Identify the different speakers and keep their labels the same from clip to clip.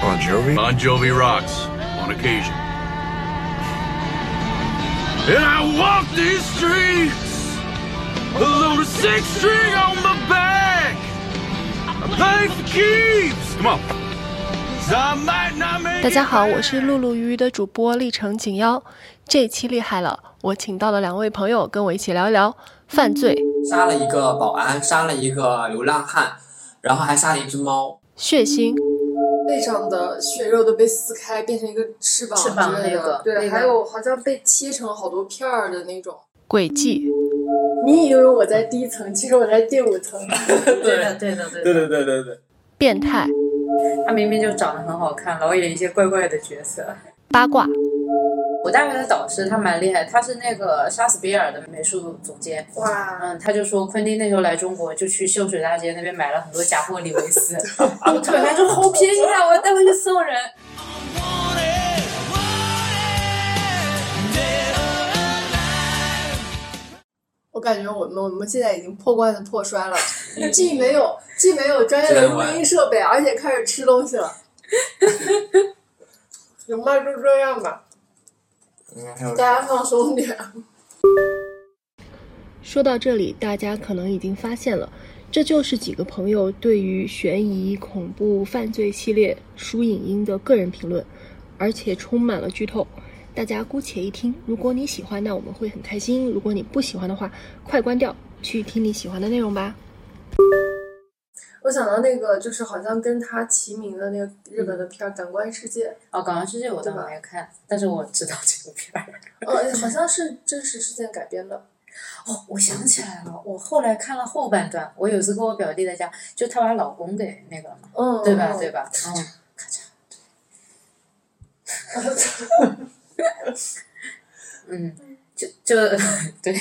Speaker 1: Bon Jovi?
Speaker 2: Bon Jovi rocks on occasion. And I walk these streets, a loaded six string on my back. I play for keeps. Come on. 'Cause I might not make
Speaker 3: 大
Speaker 2: it
Speaker 3: 家好，我
Speaker 2: back.
Speaker 3: 是露露鱼鱼的主播历程景幺。这一期厉害了，我请到了两位朋友跟我一起聊一聊犯罪、
Speaker 4: 杀了一个保安，杀了一个流浪汉，然后还杀了一只猫。
Speaker 3: 血腥、
Speaker 5: 背上的血肉都被撕开，变成一个翅膀
Speaker 6: 翅膀
Speaker 5: 之类的
Speaker 6: 那个
Speaker 5: 对，
Speaker 6: 那个
Speaker 5: 还有好像被切成好多片儿的那种。
Speaker 3: 诡计、
Speaker 5: 你以为我在第一层，其实我在第五 层。
Speaker 6: 对的，对的，对
Speaker 4: 对对
Speaker 6: 的。
Speaker 4: 对对对，
Speaker 3: 变态、
Speaker 6: 他明明就长得很好看，老演一些怪怪的角色。
Speaker 3: 八卦、
Speaker 6: 我大学的导师他蛮厉害，他是那个莎士比亚的美术总监。
Speaker 5: 哇，
Speaker 6: 嗯，他就说昆汀那时候来中国，就去秀水大街那边买了很多假货李维斯，然
Speaker 5: 哦
Speaker 6: 后特别他说好便宜啊，我带回去送人。
Speaker 5: 我感觉我们我们现在已经破罐子破摔了，既没有既没有专业的录音设备，而且开始吃东西了。行吧，就这样吧，
Speaker 4: 嗯，还有
Speaker 5: 大家放松点。
Speaker 3: 说到这里，大家可能已经发现了，这就是几个朋友对于悬疑、恐怖、犯罪系列书影音的个人评论，而且充满了剧透。大家姑且一听，如果你喜欢，那我们会很开心；如果你不喜欢的话，快关掉，去听你喜欢的内容吧。
Speaker 5: 我想到那个，就是好像跟他齐名的那个日本的片儿《感官世界》，
Speaker 6: 哦，港澳世界我倒没看，但是我知道这部片儿。
Speaker 5: 呃，好像是真实事件改编的。
Speaker 6: 哦，我想起来了，我后来看了后半段。我有一次跟我表弟在家，就她把老公给那个了嘛，
Speaker 5: 嗯，
Speaker 6: 对吧？对吧？ 嗯，哦咔嚓。嗯， 就就对，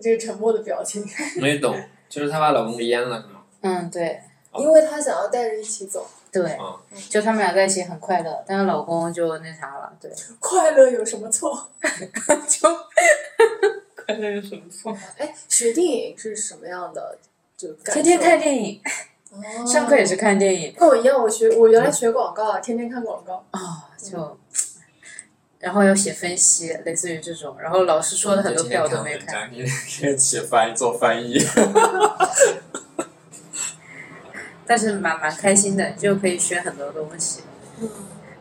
Speaker 5: 这个沉默的表情，
Speaker 4: 没懂，就是她把老公给阉了是 吗？
Speaker 6: 嗯对
Speaker 5: 因为他想要带着一起走。
Speaker 6: 对
Speaker 4: 啊，
Speaker 6: 就他们俩在一起很快乐，但是老公就那啥了，对，
Speaker 5: 快乐有什么错？
Speaker 6: 就快乐有什么错？
Speaker 5: 哎，学电影是什么样的？就感受
Speaker 6: 天天看电影，
Speaker 5: 哦
Speaker 6: 上课也是看电影
Speaker 5: 跟我一样，我学我原来学广告啊，天天看广告。
Speaker 6: 啊，就。然后要写分析，类似于这种，然后老师说的很
Speaker 4: 嗯就
Speaker 6: 多
Speaker 4: 今
Speaker 6: 遍
Speaker 4: 天
Speaker 6: 我都没
Speaker 4: 文
Speaker 6: 看。
Speaker 4: 章，你可以起翻译做翻译。
Speaker 6: 但是蛮蛮开心的，就可以学很多东西，
Speaker 5: 嗯，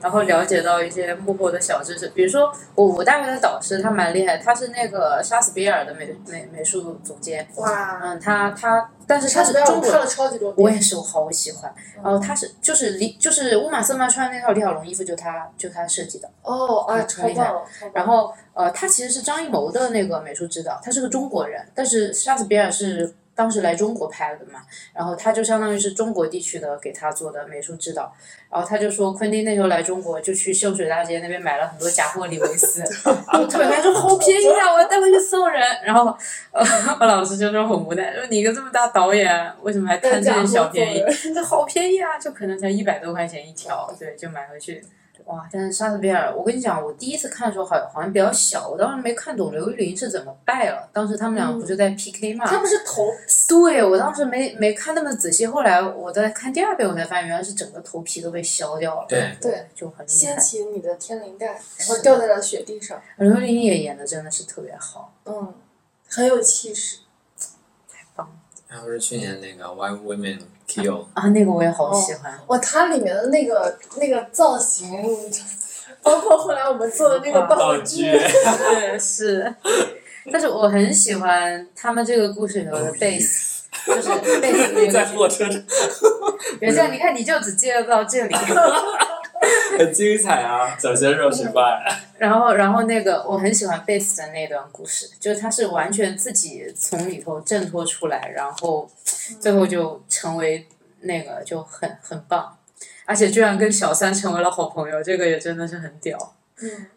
Speaker 6: 然后了解到一些幕后的小知识。比如说，我我大学的导师他蛮厉害，他是那个莎士比亚的美美美术总监，
Speaker 5: 哇，
Speaker 6: 嗯，他他，但是他
Speaker 5: 莎士
Speaker 6: 是
Speaker 5: 比亚
Speaker 6: 中
Speaker 5: 我看
Speaker 6: 国
Speaker 5: 了。超级多
Speaker 6: 我
Speaker 5: 遍。
Speaker 6: 也是，我好喜欢。然后他是就是李就是乌玛瑟曼穿的那套李小龙衣服，就他就他设计的。
Speaker 5: 哦，啊，超
Speaker 6: 很厉害
Speaker 5: 棒！超棒
Speaker 6: 然后呃，他其实是张艺谋的那个美术指导，他是个中国人，但是莎士比亚是当时来中国拍的嘛，然后他就相当于是中国地区的给他做的美术指导，然后他就说昆汀那时候来中国就去秀水大街那边买了很多假货李维 斯，然后特别他说好便宜啊，我要带回去送人，然后呃我老师就说很无奈，说你一个这么大导演，为什么还贪这些小便宜
Speaker 5: 带假货？
Speaker 6: 这 好便宜啊，就可能才一百多块钱一条，对，就买回去。哇！但是莎士比亚，我跟你讲，我第一次看的时候好好像比较小，我当时没看懂刘玉玲是怎么败了。当时他们俩不就在 PK 嘛？
Speaker 5: 他不是头
Speaker 6: 对，我当时没没看那么仔细，后来我在看第二遍，我才发现原来是整个头皮都被削掉了。
Speaker 4: 对
Speaker 5: 对，
Speaker 6: 就很厉害
Speaker 5: 掀。起你的天灵盖，然后掉在了雪地上。
Speaker 6: 刘玉玲也嗯演的真的是特别好，
Speaker 5: 嗯，很有气势。
Speaker 4: 然后是去年那个 Why Women Kill，
Speaker 6: 啊，那个我也好喜欢。
Speaker 5: 哇，它里面的那个那个造型，包括后来我们做的那个道具，
Speaker 6: 对，是。 但是我很喜欢他们这个故事里头的贝斯，就是贝斯那 个
Speaker 4: 在
Speaker 6: 角
Speaker 4: 火
Speaker 6: 色。
Speaker 4: 车上
Speaker 6: 袁夏，你看你就只记得到这里。
Speaker 4: 很精彩啊，小鲜肉失败。
Speaker 6: 然后，然后那个我很喜欢贝斯的那段故事，就是他是完全自己从里头挣脱出来，然后最后就成为那个就很很棒，而且居然跟小三成为了好朋友，这个也真的是很屌。
Speaker 5: 嗯。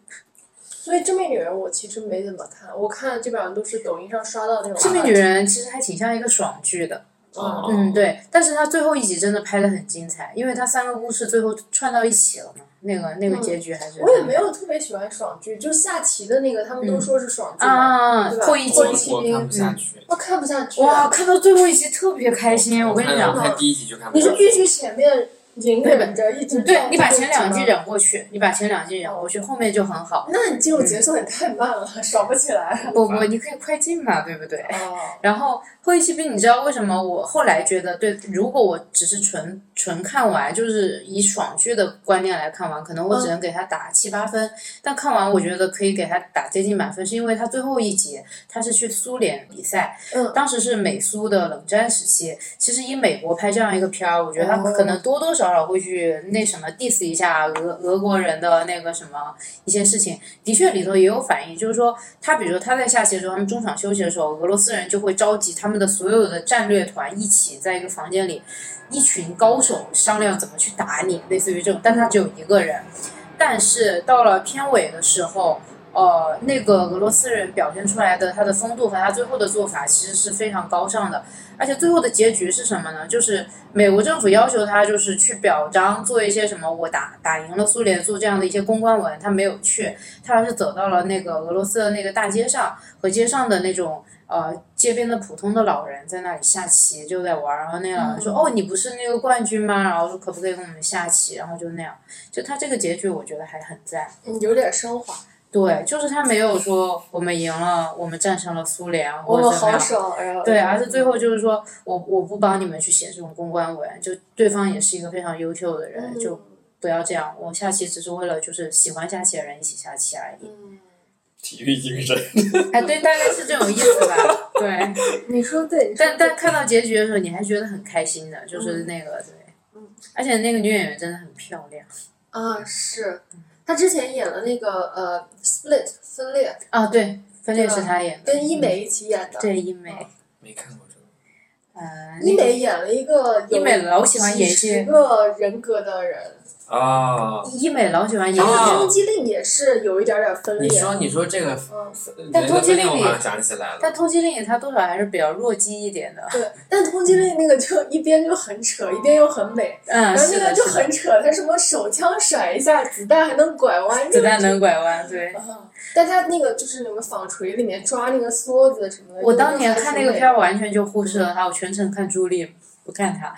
Speaker 5: 所以《致命女人》我其实没怎么看，我看基本上都是抖音上刷到那种。啊
Speaker 6: 致命女，人其实还挺像一个爽剧的，
Speaker 5: 嗯，
Speaker 6: 嗯，对。但是他最后一集真的拍的很精彩，因为他三个故事最后串到一起了嘛，那个那个结局还是、
Speaker 5: 嗯我也没有特别喜欢爽剧，就下棋的那个，他们都说是爽剧
Speaker 6: 啊
Speaker 5: 嘛，
Speaker 6: 啊，啊
Speaker 5: 对吧
Speaker 6: 破译
Speaker 5: 霍
Speaker 6: 精
Speaker 5: 伊
Speaker 4: 我
Speaker 5: 金
Speaker 4: 我看不下去。
Speaker 5: 我看不下去。
Speaker 6: 哇，，看到最后一集特别开心，我跟你
Speaker 4: 看
Speaker 6: 讲
Speaker 4: 我，看第一集就看不
Speaker 5: 你
Speaker 4: 下
Speaker 5: 是
Speaker 4: 去。
Speaker 5: 预剧前面引那本这一直
Speaker 6: 对
Speaker 5: 转
Speaker 6: 你把
Speaker 5: 就
Speaker 6: 前两季
Speaker 5: 只能嗯
Speaker 6: 忍过去，你把前两季忍过去，后面就很好。
Speaker 5: 那你进入节奏也太慢了，爽不起来。
Speaker 6: 不不，你可以快进嘛，对不对？
Speaker 5: 哦，
Speaker 6: 然后《后翼弃兵》，你知道为什么我后来觉得对？如果我只是纯纯看完，就是以爽剧的观念来看完，可能我只
Speaker 5: 嗯
Speaker 6: 能给他打七八分。但看完我觉得可以给他打接近满分，是因为他最后一节他是去苏联比赛，
Speaker 5: 嗯
Speaker 6: 当时是美苏的冷战时期。其实以美国拍这样一个片儿，我觉得他
Speaker 5: 哦
Speaker 6: 可能多多少少会去那什么 diss 一下俄俄国人的那个什么一些事情。的确里头也有反映，就是说他比如说他在下棋的时候，他们中场休息的时候，俄罗斯人就会召集他们的所有的战略团一起在一个房间里，一群高手商量怎么去打你，类似于这种，但他只有一个人。但是到了片尾的时候，呃，那个俄罗斯人表现出来的他的风度和他最后的做法其实是非常高尚的，而且最后的结局是什么呢？就是美国政府要求他就是去表彰，做一些什么我打打赢了苏联，做这样的一些公关文，他没有去，他而是走到了那个俄罗斯的那个大街上和街上的那种。呃，街边的普通的老人在那里下棋，就在玩儿。然后那
Speaker 5: 嗯
Speaker 6: 老人说：“哦，你不是那个冠军吗？”然后说：“哦可不可以跟我们下棋？”然后就那样，就他这个结局，我觉得还很赞。
Speaker 5: 嗯有点升华，
Speaker 6: 对，就是他没有说我们赢了，我们战胜了苏联，
Speaker 5: 我
Speaker 6: 或者
Speaker 5: 们哦
Speaker 6: 怎么
Speaker 5: 好
Speaker 6: 样。
Speaker 5: 爽，哎然后
Speaker 6: 对，而是最后就是说我我不帮你们去写这种公关文，就对方也是一个非常优秀的人，
Speaker 5: 嗯
Speaker 6: 就不要这样。我下棋只是为了就是喜欢下棋的人一起下棋而已。
Speaker 5: 嗯，
Speaker 1: 体育精神。
Speaker 6: 哎，对，大概是这种意思吧。对，
Speaker 5: 你说对，你说
Speaker 6: 但但看到结局的时候，你还觉得很开心的，就是那个对，
Speaker 5: 嗯
Speaker 6: 而且那个女演员真的很漂亮
Speaker 5: 啊是，他之前演了那个呃《Split》分裂，
Speaker 6: 啊。对，分裂是她演的，
Speaker 5: 跟医美一起演的。
Speaker 6: 对医美，
Speaker 4: 没看过这个，
Speaker 6: 呃，
Speaker 5: 嗯医美演了一个有
Speaker 6: 医美老喜欢演一
Speaker 5: 几十
Speaker 6: 些
Speaker 5: 个人格的人，
Speaker 4: 哦，
Speaker 6: 医美老喜欢演一些
Speaker 4: 哦
Speaker 5: 通缉令也是有一点点分
Speaker 4: 你
Speaker 5: 裂。
Speaker 4: 说你说这个，
Speaker 5: 嗯，
Speaker 6: 但
Speaker 4: 通
Speaker 6: 通缉令
Speaker 4: 我
Speaker 6: 里
Speaker 4: 好像想起来了，
Speaker 6: 但通缉令它多少还是比较弱鸡一点的。
Speaker 5: 对，但通缉令那个就一边就很扯，一边又很美，
Speaker 6: 嗯，
Speaker 5: 然后那
Speaker 6: 是
Speaker 5: 个
Speaker 6: 的，
Speaker 5: 就是
Speaker 6: 的
Speaker 5: 很扯，他什么手枪甩一下，子弹还能拐弯，
Speaker 6: 子弹能拐弯，对。
Speaker 5: 啊。但他那个就是那个纺锤里面抓那个梭子什么的，
Speaker 6: 我当年看那个片
Speaker 5: 片
Speaker 6: 儿，完全就忽视了他，我全程看朱莉，不看他。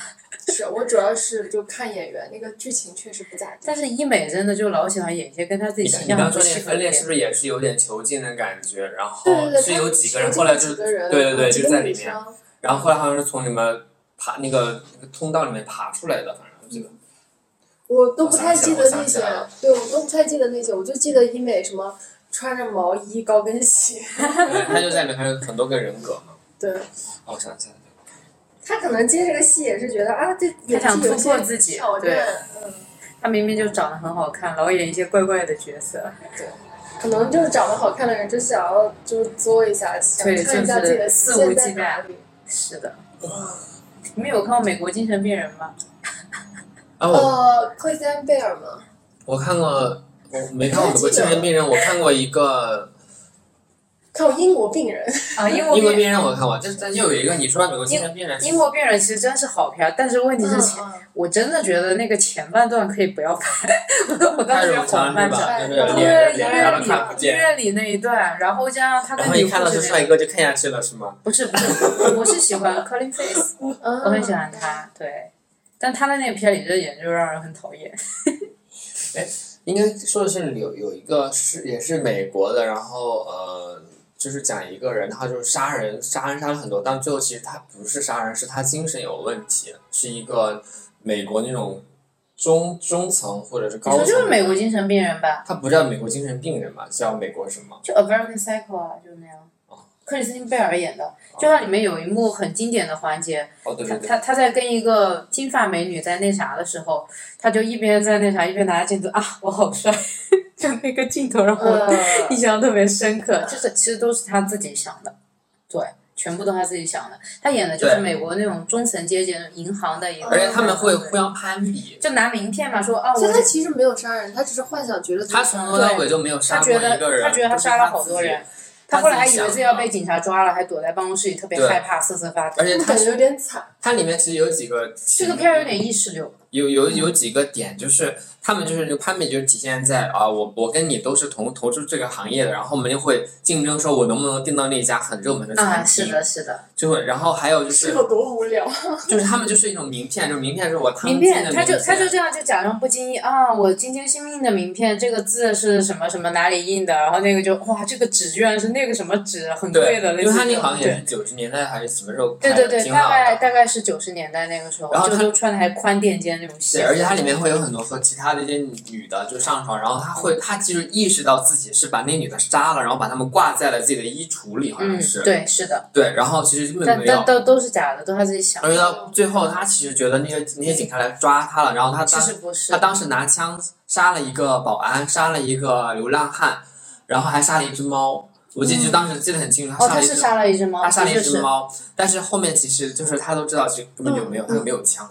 Speaker 5: 是我主要是就看演员，那个剧情确实不咋地。
Speaker 6: 但是医美真的就老喜欢演一些跟他自己
Speaker 4: 你
Speaker 6: 形
Speaker 4: 你
Speaker 6: 象
Speaker 4: 刚
Speaker 6: 不
Speaker 4: 说那
Speaker 6: 适
Speaker 4: 个
Speaker 6: 合
Speaker 4: 分
Speaker 6: 的
Speaker 4: 裂是不是也是有点囚禁的感觉？然
Speaker 5: 对
Speaker 4: 后
Speaker 5: 对对，
Speaker 4: 是
Speaker 5: 他
Speaker 4: 哦有几个人，
Speaker 5: 囚禁
Speaker 4: 后来
Speaker 5: 了
Speaker 4: 就
Speaker 5: 几
Speaker 4: 是
Speaker 5: 个人
Speaker 4: 对对对，
Speaker 5: 几
Speaker 4: 就
Speaker 5: 个
Speaker 4: 在
Speaker 5: 女
Speaker 4: 里面，
Speaker 5: 生
Speaker 4: 然后后来好像是从里面爬那个那个通道里面爬出来的，反正我 记得。
Speaker 5: 我都不太记得那
Speaker 4: 我想起
Speaker 5: 些
Speaker 4: 来了，
Speaker 5: 对我都不太记得那些，我就记得医美什么穿着毛衣、高跟鞋，
Speaker 4: 对他就在里面还有很多个人格嘛。
Speaker 5: 对。
Speaker 4: 哦，我想起来了，
Speaker 5: 他可能接这个戏也是觉得啊，这也
Speaker 6: 他想
Speaker 5: 是有
Speaker 6: 突破
Speaker 5: 些
Speaker 6: 自己
Speaker 5: 挑
Speaker 6: 对
Speaker 5: 战，嗯，
Speaker 6: 他明明就长得很好看，老演一些怪怪的角色。
Speaker 5: 可能就是长得好看的人就想要就是作一下，想
Speaker 6: 对
Speaker 5: 看一下
Speaker 6: 就是
Speaker 5: 自己的
Speaker 6: 肆
Speaker 5: 线
Speaker 6: 无
Speaker 5: 在
Speaker 6: 忌
Speaker 5: 哪
Speaker 6: 惮
Speaker 5: 里。
Speaker 6: 是的，你们有看过《美国精神病人》吗？
Speaker 4: 啊我
Speaker 5: 呃，Christian Bale 嘛，
Speaker 4: 我看过，我没看过美国精神病人，我看过一 个
Speaker 5: 看过英国病人，
Speaker 6: 啊，英国
Speaker 4: 英国
Speaker 6: 病
Speaker 4: 病人，我看过，就是但就有一个你说美国精神病人，
Speaker 6: 英国病人其实真是好片儿，但是问题是前，
Speaker 5: 嗯
Speaker 6: 我真的觉得那个前半段可以不要拍， 我当
Speaker 4: 太
Speaker 6: 时
Speaker 4: 冗
Speaker 6: 觉得好
Speaker 4: 长
Speaker 6: 漫
Speaker 4: 是
Speaker 6: 长。
Speaker 4: 吧？就是脸
Speaker 5: 对
Speaker 6: 医
Speaker 4: 脸上
Speaker 5: 然
Speaker 6: 院
Speaker 4: 都
Speaker 6: 里
Speaker 4: 看不
Speaker 6: 医
Speaker 4: 见，
Speaker 6: 院里那一段，然后加上他
Speaker 4: 然
Speaker 6: 跟
Speaker 4: 后
Speaker 6: 女
Speaker 4: 一
Speaker 6: 护
Speaker 4: 看到
Speaker 6: 士
Speaker 4: 是帅哥就看下去了是吗？
Speaker 6: 不是不是，我是喜欢 Colin Face，
Speaker 5: 嗯，
Speaker 6: 我
Speaker 5: 我
Speaker 6: 很喜欢。他，对。但他的那个片里这演就让人很讨厌。
Speaker 4: 应该说的是有有一个是也是美国的，然后呃，就是讲一个人，他就是杀人，杀人杀了很多，但最后其实他不是杀人，是他精神有问题，是一个美国那种中中层或者是
Speaker 6: 你
Speaker 4: 高
Speaker 6: 说
Speaker 4: 层，
Speaker 6: 就是美国精神病人吧，
Speaker 4: 他不叫美国精神病人嘛，叫美国什么？
Speaker 6: 就 American Psycho 啊，就那样
Speaker 4: 哦。
Speaker 6: 克里斯汀贝尔演的，就它里面有一幕很经典的环节，
Speaker 4: 哦，对
Speaker 6: 他
Speaker 4: 对对
Speaker 6: 他，他在跟一个金发美女在那啥的时候，他就一边在那啥，一边拿着镜头啊，我好帅， 就那个镜头让我
Speaker 5: 呃，
Speaker 6: 印象特别深刻，就是其实都是他自己想的，对，全部都他自己想的。他演的就是
Speaker 4: 对
Speaker 6: 美国那种中层阶级银行的一个，
Speaker 4: 而且他们会互相攀比，
Speaker 6: 就拿名片嘛，说啊，
Speaker 5: 所以他
Speaker 6: 我
Speaker 5: 其实没有杀人，他只是幻想觉得自己
Speaker 4: 他从头到尾就没有杀过一
Speaker 6: 对他觉
Speaker 4: 个
Speaker 6: 得
Speaker 4: 人，
Speaker 6: 他觉得他杀了好多人
Speaker 4: 他自己
Speaker 6: 他后来还以为
Speaker 4: 想
Speaker 6: 自己要
Speaker 4: 的
Speaker 6: 被警察抓了，还躲在办公室里特别
Speaker 4: 对
Speaker 6: 害怕，瑟瑟发抖
Speaker 4: 而。且
Speaker 5: 就
Speaker 4: 他
Speaker 5: 感觉有点惨。
Speaker 4: 他里面其实有几个
Speaker 6: 这
Speaker 4: 这
Speaker 6: 个片儿有点意识流，
Speaker 4: 有有有几个点，就是他们就是攀比，就是体现在啊，我我跟你都是同投入这个行业的，然后我们就会竞争，说我能不能订到那家很热门的餐
Speaker 6: 啊，
Speaker 4: 厅，
Speaker 6: 是的，是的，
Speaker 4: 就会，然后还有就是是
Speaker 5: 有多无聊？
Speaker 4: 就是他们就是一种名片，就是名片是我
Speaker 6: 名
Speaker 4: 汤
Speaker 6: 片，
Speaker 4: 的
Speaker 6: 他就他就
Speaker 4: 这
Speaker 6: 这样就假装不经意啊，我今天新印的名片，这个字是什么什么哪里印的，然后那个就哇，这个纸居然是那个什么纸，很贵
Speaker 4: 对
Speaker 6: 的，，类
Speaker 4: 因为
Speaker 6: 似
Speaker 4: 他
Speaker 6: 这
Speaker 4: 那
Speaker 6: 种
Speaker 4: 好像也
Speaker 6: 对
Speaker 4: 是九十年代还是什么时候
Speaker 6: 对
Speaker 4: 开
Speaker 6: 对
Speaker 4: 的，
Speaker 6: 对，
Speaker 4: 挺
Speaker 6: 大
Speaker 4: 老
Speaker 6: 概
Speaker 4: 的。
Speaker 6: 大概是九十年代那个时候，
Speaker 4: 然后
Speaker 6: 就
Speaker 4: 他
Speaker 6: 都穿的还宽垫肩那种
Speaker 4: 对，
Speaker 6: 鞋，
Speaker 4: 而且它里面会有很多说其他的一些女的就上床，然后她会，她其实意识到自己是把那女的杀了，然后把她们挂在了自己的衣橱里，好
Speaker 6: 嗯
Speaker 4: 像是。，
Speaker 6: 对是的，
Speaker 4: 对，然后其实根本
Speaker 6: 但
Speaker 4: 没有
Speaker 6: 但。都都是假的，都他自己想
Speaker 4: 而且
Speaker 6: 的，
Speaker 4: 到最后，他其实觉得那些那些警察来抓他了，然后他
Speaker 6: 其
Speaker 4: 当
Speaker 6: 实不是
Speaker 4: 他，当时拿枪杀了一个保安，杀了一个流浪汉，然后还杀了一只猫。我记得就当时记得很清楚，
Speaker 6: 哦，
Speaker 4: 杀
Speaker 6: 他
Speaker 4: 了一
Speaker 6: 是
Speaker 4: 只，
Speaker 6: 杀了一只猫，
Speaker 4: 他杀了一
Speaker 6: 的确
Speaker 4: 只
Speaker 6: 是。
Speaker 4: 猫，但是后面其实就是他都知道，其实根本就没有，
Speaker 5: 嗯
Speaker 4: 他没有枪。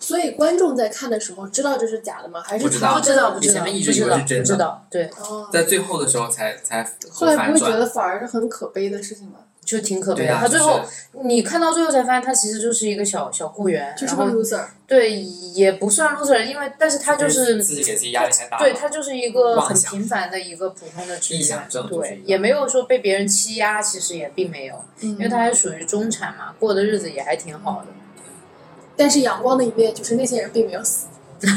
Speaker 5: 所以观众在看的时候知道这是假的吗？还是
Speaker 4: 不知道
Speaker 5: 他
Speaker 6: 不知道，不
Speaker 4: 你
Speaker 6: 知
Speaker 4: 前
Speaker 6: 道，
Speaker 4: 面一
Speaker 6: 不
Speaker 4: 直以
Speaker 6: 知
Speaker 4: 为
Speaker 6: 道，
Speaker 4: 是真
Speaker 6: 不
Speaker 4: 的
Speaker 6: 知道，对，
Speaker 5: 哦，
Speaker 4: 在最后的时候才才
Speaker 5: 后来不
Speaker 4: 反
Speaker 5: 会觉
Speaker 4: 转，
Speaker 5: 得反而是很可悲的事情吗？
Speaker 6: 就挺可悲
Speaker 4: 对
Speaker 6: 的。
Speaker 4: 啊，
Speaker 6: 他最后
Speaker 4: 就是
Speaker 6: 你看到最后才发现，他其实就是一个小小雇员，
Speaker 5: 就是
Speaker 6: 然
Speaker 5: 个
Speaker 6: 后
Speaker 5: loser，
Speaker 6: 对也不算 loser，因为但是他就是
Speaker 4: 自己给自己压力太大了。
Speaker 6: 对他就是一个
Speaker 4: 妄
Speaker 6: 很
Speaker 4: 想
Speaker 6: 平凡的一个普通的职
Speaker 4: 臆
Speaker 6: 员
Speaker 4: 想症，就是一
Speaker 6: 对
Speaker 4: 个，
Speaker 6: 也没有说被别人欺压，其实也并没有，
Speaker 4: 嗯
Speaker 5: 因
Speaker 6: 因为他还属于中产嘛，过的日子也还挺好的。
Speaker 5: 但是阳光的一面就是那些人并没有死，
Speaker 4: 对，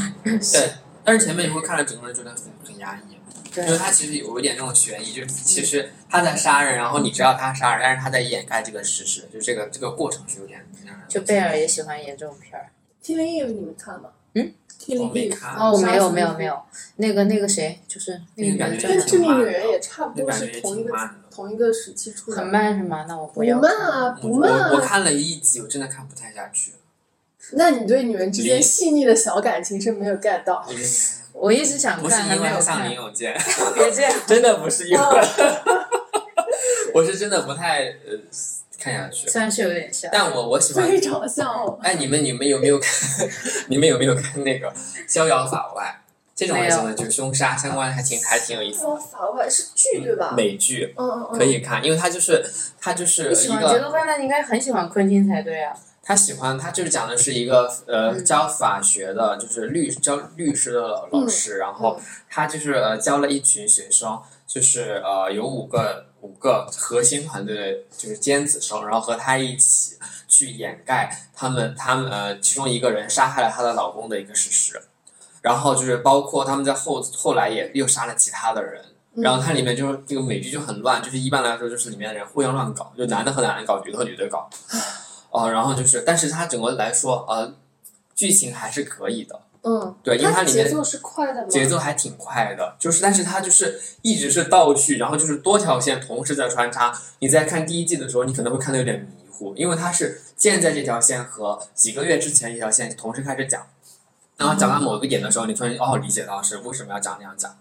Speaker 4: 但是前面你会看了整个人觉得很很压抑。
Speaker 6: 对
Speaker 4: 因为，他其实有一点那种悬疑，就是其实他在杀人，然后你知道他杀人，但是他在掩盖这个事实，就这个这个过程是有点让人
Speaker 6: 就贝尔也喜欢演这种片儿。
Speaker 5: 《Killing Eve》你们看了吗？
Speaker 6: 嗯，
Speaker 5: 《Killing
Speaker 4: 我没
Speaker 5: Eve
Speaker 4: 看》
Speaker 6: 哦，没有没有
Speaker 5: 杀死
Speaker 6: 没有，那个那个谁，就是
Speaker 4: 啊那
Speaker 6: 那个
Speaker 4: 个
Speaker 6: 人
Speaker 4: 感觉
Speaker 6: 叫
Speaker 4: 挺哦
Speaker 5: 但是致
Speaker 6: 什么？
Speaker 5: 命女人也差不
Speaker 4: 那
Speaker 5: 多
Speaker 4: 感觉
Speaker 5: 是
Speaker 4: 也
Speaker 5: 同一
Speaker 4: 挺
Speaker 5: 个
Speaker 4: 慢的。哦
Speaker 5: 同一个时期出的，
Speaker 6: 很慢是吗？那我
Speaker 5: 不
Speaker 6: 不要。
Speaker 5: 慢啊，不
Speaker 4: 我
Speaker 5: 慢
Speaker 4: 我我
Speaker 5: 啊。
Speaker 4: 看了一集，我真的看不太下去。
Speaker 5: 那你对女人之间细腻的小感情是没有 get 到，
Speaker 6: 我一直想
Speaker 4: 不是
Speaker 6: 哦啊看，还
Speaker 4: 因
Speaker 6: 没
Speaker 4: 为
Speaker 6: 有
Speaker 4: 他像林
Speaker 6: 看。哦
Speaker 4: 永 健，
Speaker 6: 别这样，
Speaker 4: 真的不是因为， 我是真的不太呃看下去。
Speaker 6: 虽然是有点像。
Speaker 4: 但我 我喜欢
Speaker 5: 非常像哦。
Speaker 4: 哎，你们你们有没有看？ 你们有没有看那个《逍遥法外》这种类型的，就是凶杀相关，还挺还挺有意思的。
Speaker 5: 说法外是剧对
Speaker 6: 哦
Speaker 5: 吧？
Speaker 4: 美剧
Speaker 5: 嗯嗯嗯，
Speaker 4: 可以看，因为他就是他就是
Speaker 6: 你喜
Speaker 4: 一
Speaker 6: 欢节
Speaker 4: 个
Speaker 6: 奏快，那你应该很喜欢昆汀才对啊。
Speaker 4: 他喜欢他就是讲的是一个呃
Speaker 6: 嗯
Speaker 4: 教法学的，就是律教律师的老老师，然后他就是呃教了一群学生，就是呃有五个五个核心团队的就是尖子生，然后和他一起去掩盖他们他们呃其中一个人杀害了她的老公的一个事实，然后就是包括他们在后后来也又杀了其他的人。然后它里面就是这个美剧就很乱，就是一般来说就是里面的人互相乱搞，就男的和男的搞，女的和女的搞，哦，然后就是，但是它整个来说，呃，剧情还是可以的，
Speaker 5: 嗯，
Speaker 4: 对，因为它里面
Speaker 5: 节奏是快的吗？
Speaker 4: 节奏还挺快的，就是，但是它就是一直是倒叙，然后就是多条线同时在穿插。你在看第一季的时候，你可能会看得有点迷糊，因为它是现在这条线和几个月之前这条线同时开始讲，然后讲到某个点的时候，你突然哦理解到是为什么要讲那样讲，